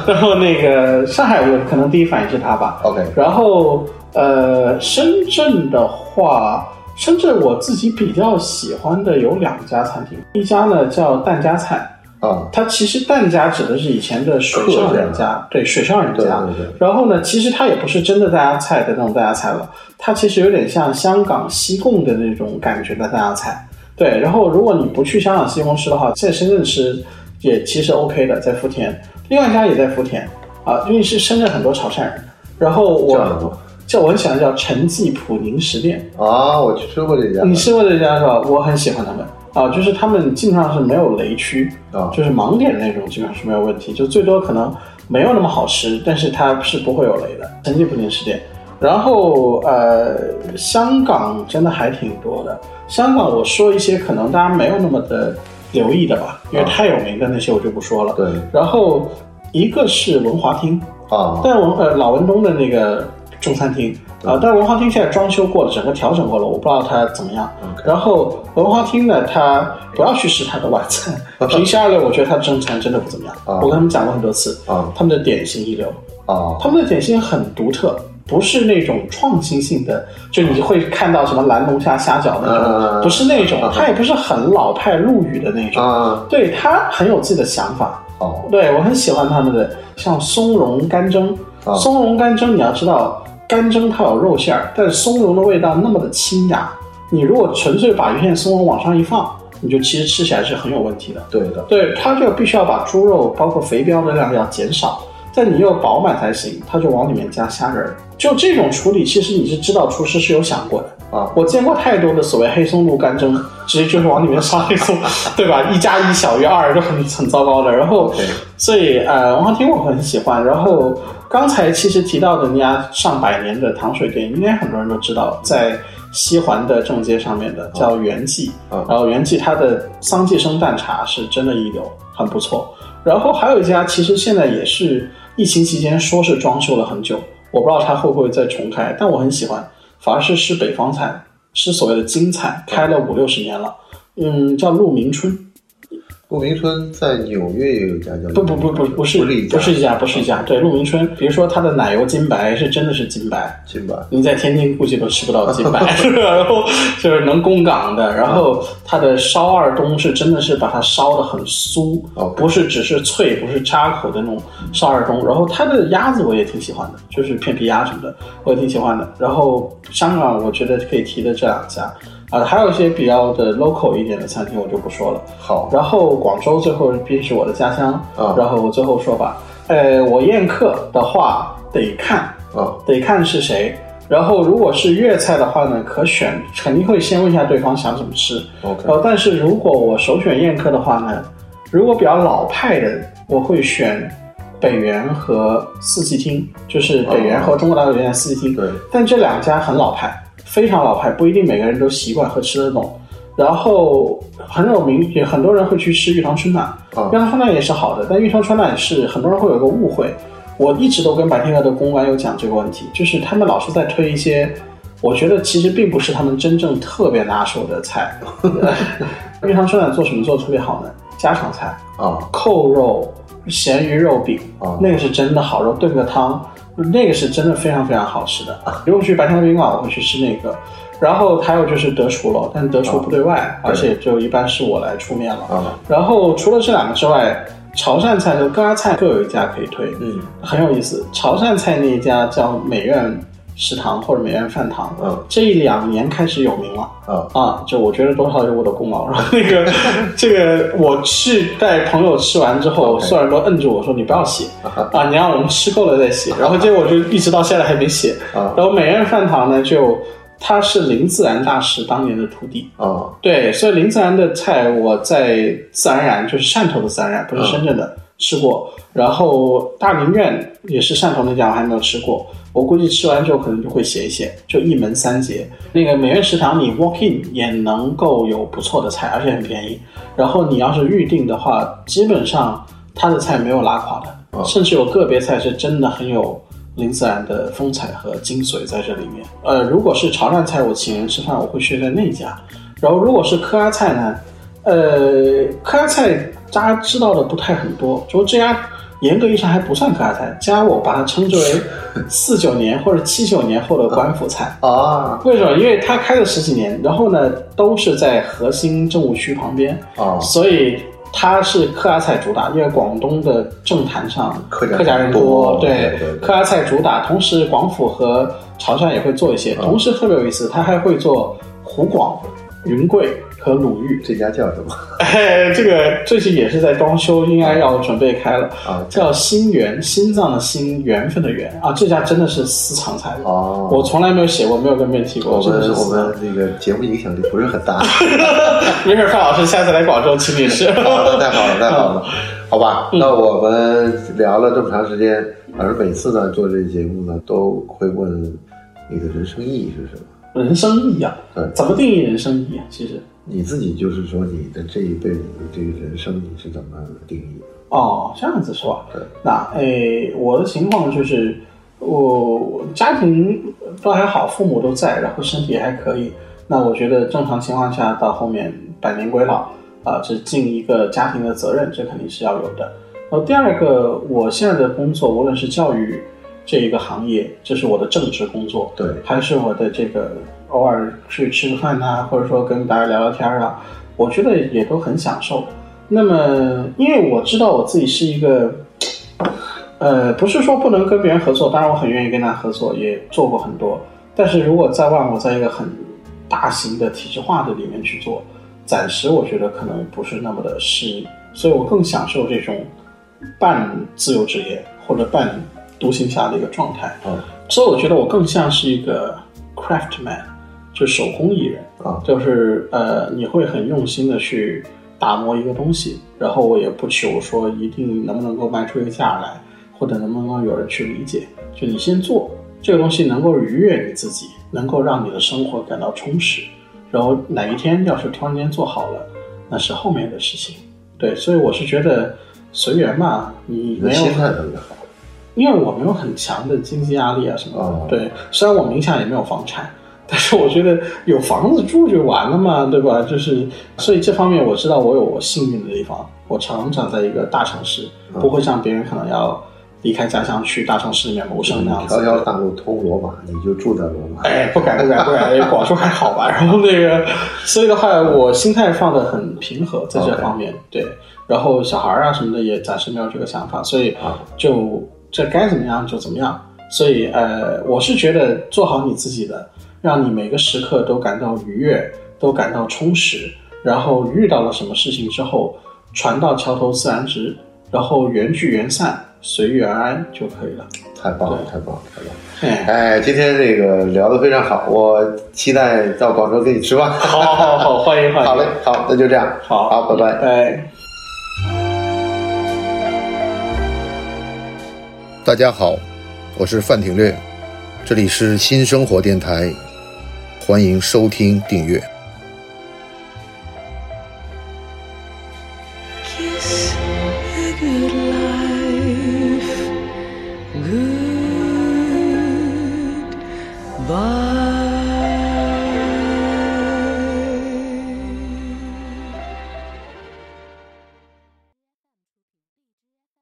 然后那个上海，我可能第一反应是他吧。
，OK，
然后呃，深圳的话，深圳我自己比较喜欢的有两家餐厅，一家呢叫蛋家菜，
啊，
它其实蛋家指的是以前的水上人
客
家，对水上人
对
家。
对对，
然后呢，其实它也不是真的大家菜的那种大家菜了，它其实有点像香港西贡的那种感觉的大家菜。对，然后如果你不去香港西贡吃的话，在深圳吃也其实 OK 的，在福田。另外一家也在福田啊，因为是深圳很多潮汕人。然后
叫什么
我叫我很喜欢叫陈记普宁食店，
啊，我去吃过这家，
你吃过这家是吧？我很喜欢他们啊，就是他们基本上是没有雷区，
啊
就是盲点那种基本上是没有问题，就最多可能没有那么好吃，但是它是不会有雷的，成绩不定时点。然后呃，香港真的还挺多的，香港我说一些可能大家没有那么的留意的吧，因为
啊
太有名的那些我就不说了。
对
然后一个是文华厅，
啊
但文呃老文东的那个中餐厅
嗯
啊、呃但文华厅现在装修过了，整个调整过了，我不知道它怎么样。
嗯，OK，
然后文华厅呢，它不要去吃它的晚
[LAUGHS]
餐，平心而论，我觉得它的正餐真的不怎么样。
嗯啊
我跟他们讲过很多次，
啊
他们的点心一流，
啊
他们的点心很独特，不是那种创新性的，就你会看到什么蓝龙虾虾饺那种，
啊
不是那种，它也不是很老派陆羽的那种，
啊，
对，它很有自己的想法。
好，
对我很喜欢他们的，像松茸干蒸，
啊
松茸干蒸你要知道，干蒸它有肉馅儿，但是松茸的味道那么的清雅，你如果纯粹把一片松茸往上一放，你就其实吃起来是很有问题的。
对的，
对，它就必须要把猪肉包括肥膘的量要减少，但你又饱满才行，它就往里面加虾仁儿。就这种处理，其实你是知道厨师是有想过的。
啊
我见过太多的所谓黑松露干蒸，直接就是往里面刷黑松， [LAUGHS] 对吧？一加一小于二，都很很糟糕的。然后
OK
所以呃，王浩庭我很喜欢。然后刚才其实提到的那家上百年的糖水店，应该很多人都知道，在西环的正街上面的，叫元记。
嗯
然后元记它的桑寄生蛋茶是真的一流，很不错。然后还有一家，其实现在也是疫情期间说是装修了很久，我不知道它会不会再重开，但我很喜欢，反而是吃北方菜，是所谓的京菜，开了五六十年了。嗯，叫鹿鸣春，
鹿鸣春在纽约也有一家叫
不不不不不是
不是一家
不是一家不是一家，对鹿鸣春，比如说它的奶油金白是真的是金白，
金吧？
你在天津估计都吃不到金白，是吧然后就是能供港的，然后它的烧二冬是真的是把它烧的很酥
OK
不是只是脆，不是扎口的那种烧二冬。然后它的鸭子我也挺喜欢的，就是片皮鸭什么的，我也挺喜欢的。然后香港我觉得可以提的这两家，啊、还有一些比较的 local 一点的餐厅我就不说了。
好，
然后广州最后毕竟是我的家乡，
啊
然后我最后说吧，呃，我宴客的话得看
啊
得看是谁。然后如果是粤菜的话呢，可选肯定会先问一下对方想怎么吃。
，OK，
呃，但是如果我首选宴客的话呢，如果比较老派的，我会选北园和四季厅，就是北园和中国大酒店的四季厅。
哦对，
但这两家很老派，非常老派，不一定每个人都习惯和吃得懂。然后很有名，也很多人会去吃玉堂春娜，
啊
玉堂春娜也是好的，但玉堂春娜也是很多人会有一个误会。我一直都跟白天鹅的公关有讲这个问题，就是他们老是在推一些，我觉得其实并不是他们真正特别拿手的菜。 [LAUGHS] 玉堂春娜做什么做得特别好呢？家常菜，
啊
扣肉、咸鱼肉饼，
啊
那个是真的好肉，炖个汤，那个是真的非常非常好吃的。如果去白天鹅宾馆，我会去吃那个。然后还有就是德厨了，但德厨不对外，而且就一般是我来出面了。
啊，
然后除了这两个之外，潮汕菜和哥儿菜各有一家可以推，
嗯
很有意思。潮汕菜那一家叫美苑食堂或者美苑饭堂，
嗯
这一两年开始有名了。
啊
啊，就我觉得多少有我的功劳。然后那
[LAUGHS]
个，这个我去带朋友吃完之后，
OK
所有人都摁住我说你不要写啊，你让我们吃够了再写。然后结果我就一直到现在还没写。
啊
然后美院饭堂呢，就他是林自然大师当年的徒弟，
啊
对，所以林自然的菜我在自然然就是汕头的自然然，不是深圳的、吃过。然后大明苑也是汕头那家，我还没有吃过。我估计吃完之后可能就会写一写，就一门三杰。那个美苑食堂你 walk in 也能够有不错的菜，而且很便宜。然后你要是预定的话，基本上它的菜没有拉垮的，
嗯
甚至有个别菜是真的很有林自然的风采和精髓在这里面。呃，如果是潮汕菜，我请人吃饭我会去在那家。然后如果是客家菜呢，呃，客家菜大家知道的不太很多，就这家严格意义上还不算客家菜，这家我把它称之为四九年或者七九年后的官府菜。
啊
为什么？因为它开了十几年，然后呢，都是在核心政务区旁边，
啊
所以它是客家菜主打，因为广东的政坛上
客家
人
多
对
对对对
客家菜主打。同时，广府和潮汕也会做一些，
哦
同时特别有意思，它还会做湖广、云贵和鲁
[LAUGHS]
豫。
这家叫什么
哎，这个最近也是在装修，应该要准备开了。
啊
叫心源，心脏的心，缘分的缘啊，这家真的是私藏菜。
哦
我从来没有写过，没有跟别人提过。
我
真的
们
是
我
私藏
们这个节目影响力不是很
[LAUGHS]
大，
没事，范老师下次来广州请你
[LAUGHS]
吃。
好了太好了，太好了，好吧，
嗯
那我们聊了这么长时间，而每次呢做这节目呢，都会问你的人生意义是什么？
人生意义啊，
对
怎么定义人生意义啊？其实，
你自己就是说你的这一辈子的这个人生你是怎么定义的？
哦，这样子是吧
对？
那诶，我的情况就是，我我家庭都还好，父母都在，然后身体也还可以。那我觉得正常情况下，到后面百年归老啊，这、尽一个家庭的责任，这肯定是要有的。然后第二个，我现在的工作，无论是教育这一个行业，这是我的正职工作，
对
还是我的这个偶尔去吃个饭呐、或者说跟大家聊聊天儿啊，我觉得也都很享受。那么，因为我知道我自己是一个，呃，不是说不能跟别人合作，当然我很愿意跟他合作，也做过很多。但是如果再让我在一个很大型的体制化的里面去做，暂时我觉得可能不是那么的适应，所以我更享受这种半自由职业或者半独行侠的一个状态。
啊
所以我觉得我更像是一个 craftman，就手工艺人，
啊
就是呃，你会很用心的去打磨一个东西，然后我也不求说一定能不能够卖出一个价来，或者能不能够有人去理解，就你先做，这个东西能够愉悦你自己，能够让你的生活感到充实。然后哪一天要是突然间做好了，那是后面的事情。对，所以我是觉得随缘吧，你
你的
没有
心态特别好。
因为我没有很强的经济压力啊什么的。
哦
对，虽然我名下也没有房产，但是我觉得有房子住就完了嘛，对吧？就是，所以这方面我知道我有我幸运的地方。我成长在一个大城市，
嗯
不会像别人可能要离开家乡去大城市里面谋生那样子。
嗯条条大路通罗马，你就住在罗马。
哎，不敢不敢不敢，广州还好吧？然后那个，所以的话，我心态放的很平和，在这
OK
方面对。然后小孩儿啊什么的也暂时没有这个想法，所以
啊
就这该怎么样就怎么样。所以呃，我是觉得做好你自己的，让你每个时刻都感到愉悦，都感到充实。然后遇到了什么事情之后，船到桥头自然直，然后缘聚缘散，随遇而安就可以了。
太棒了，太棒了，太棒了！
哎，
哎，今天这个聊得非常好，我期待到广州跟你吃饭。
好好好，欢迎欢迎。
好嘞，好，那就这样，
好
好，拜拜。
哎。
大家好，我是范廷略，这里是新生活电台，欢迎收听订阅。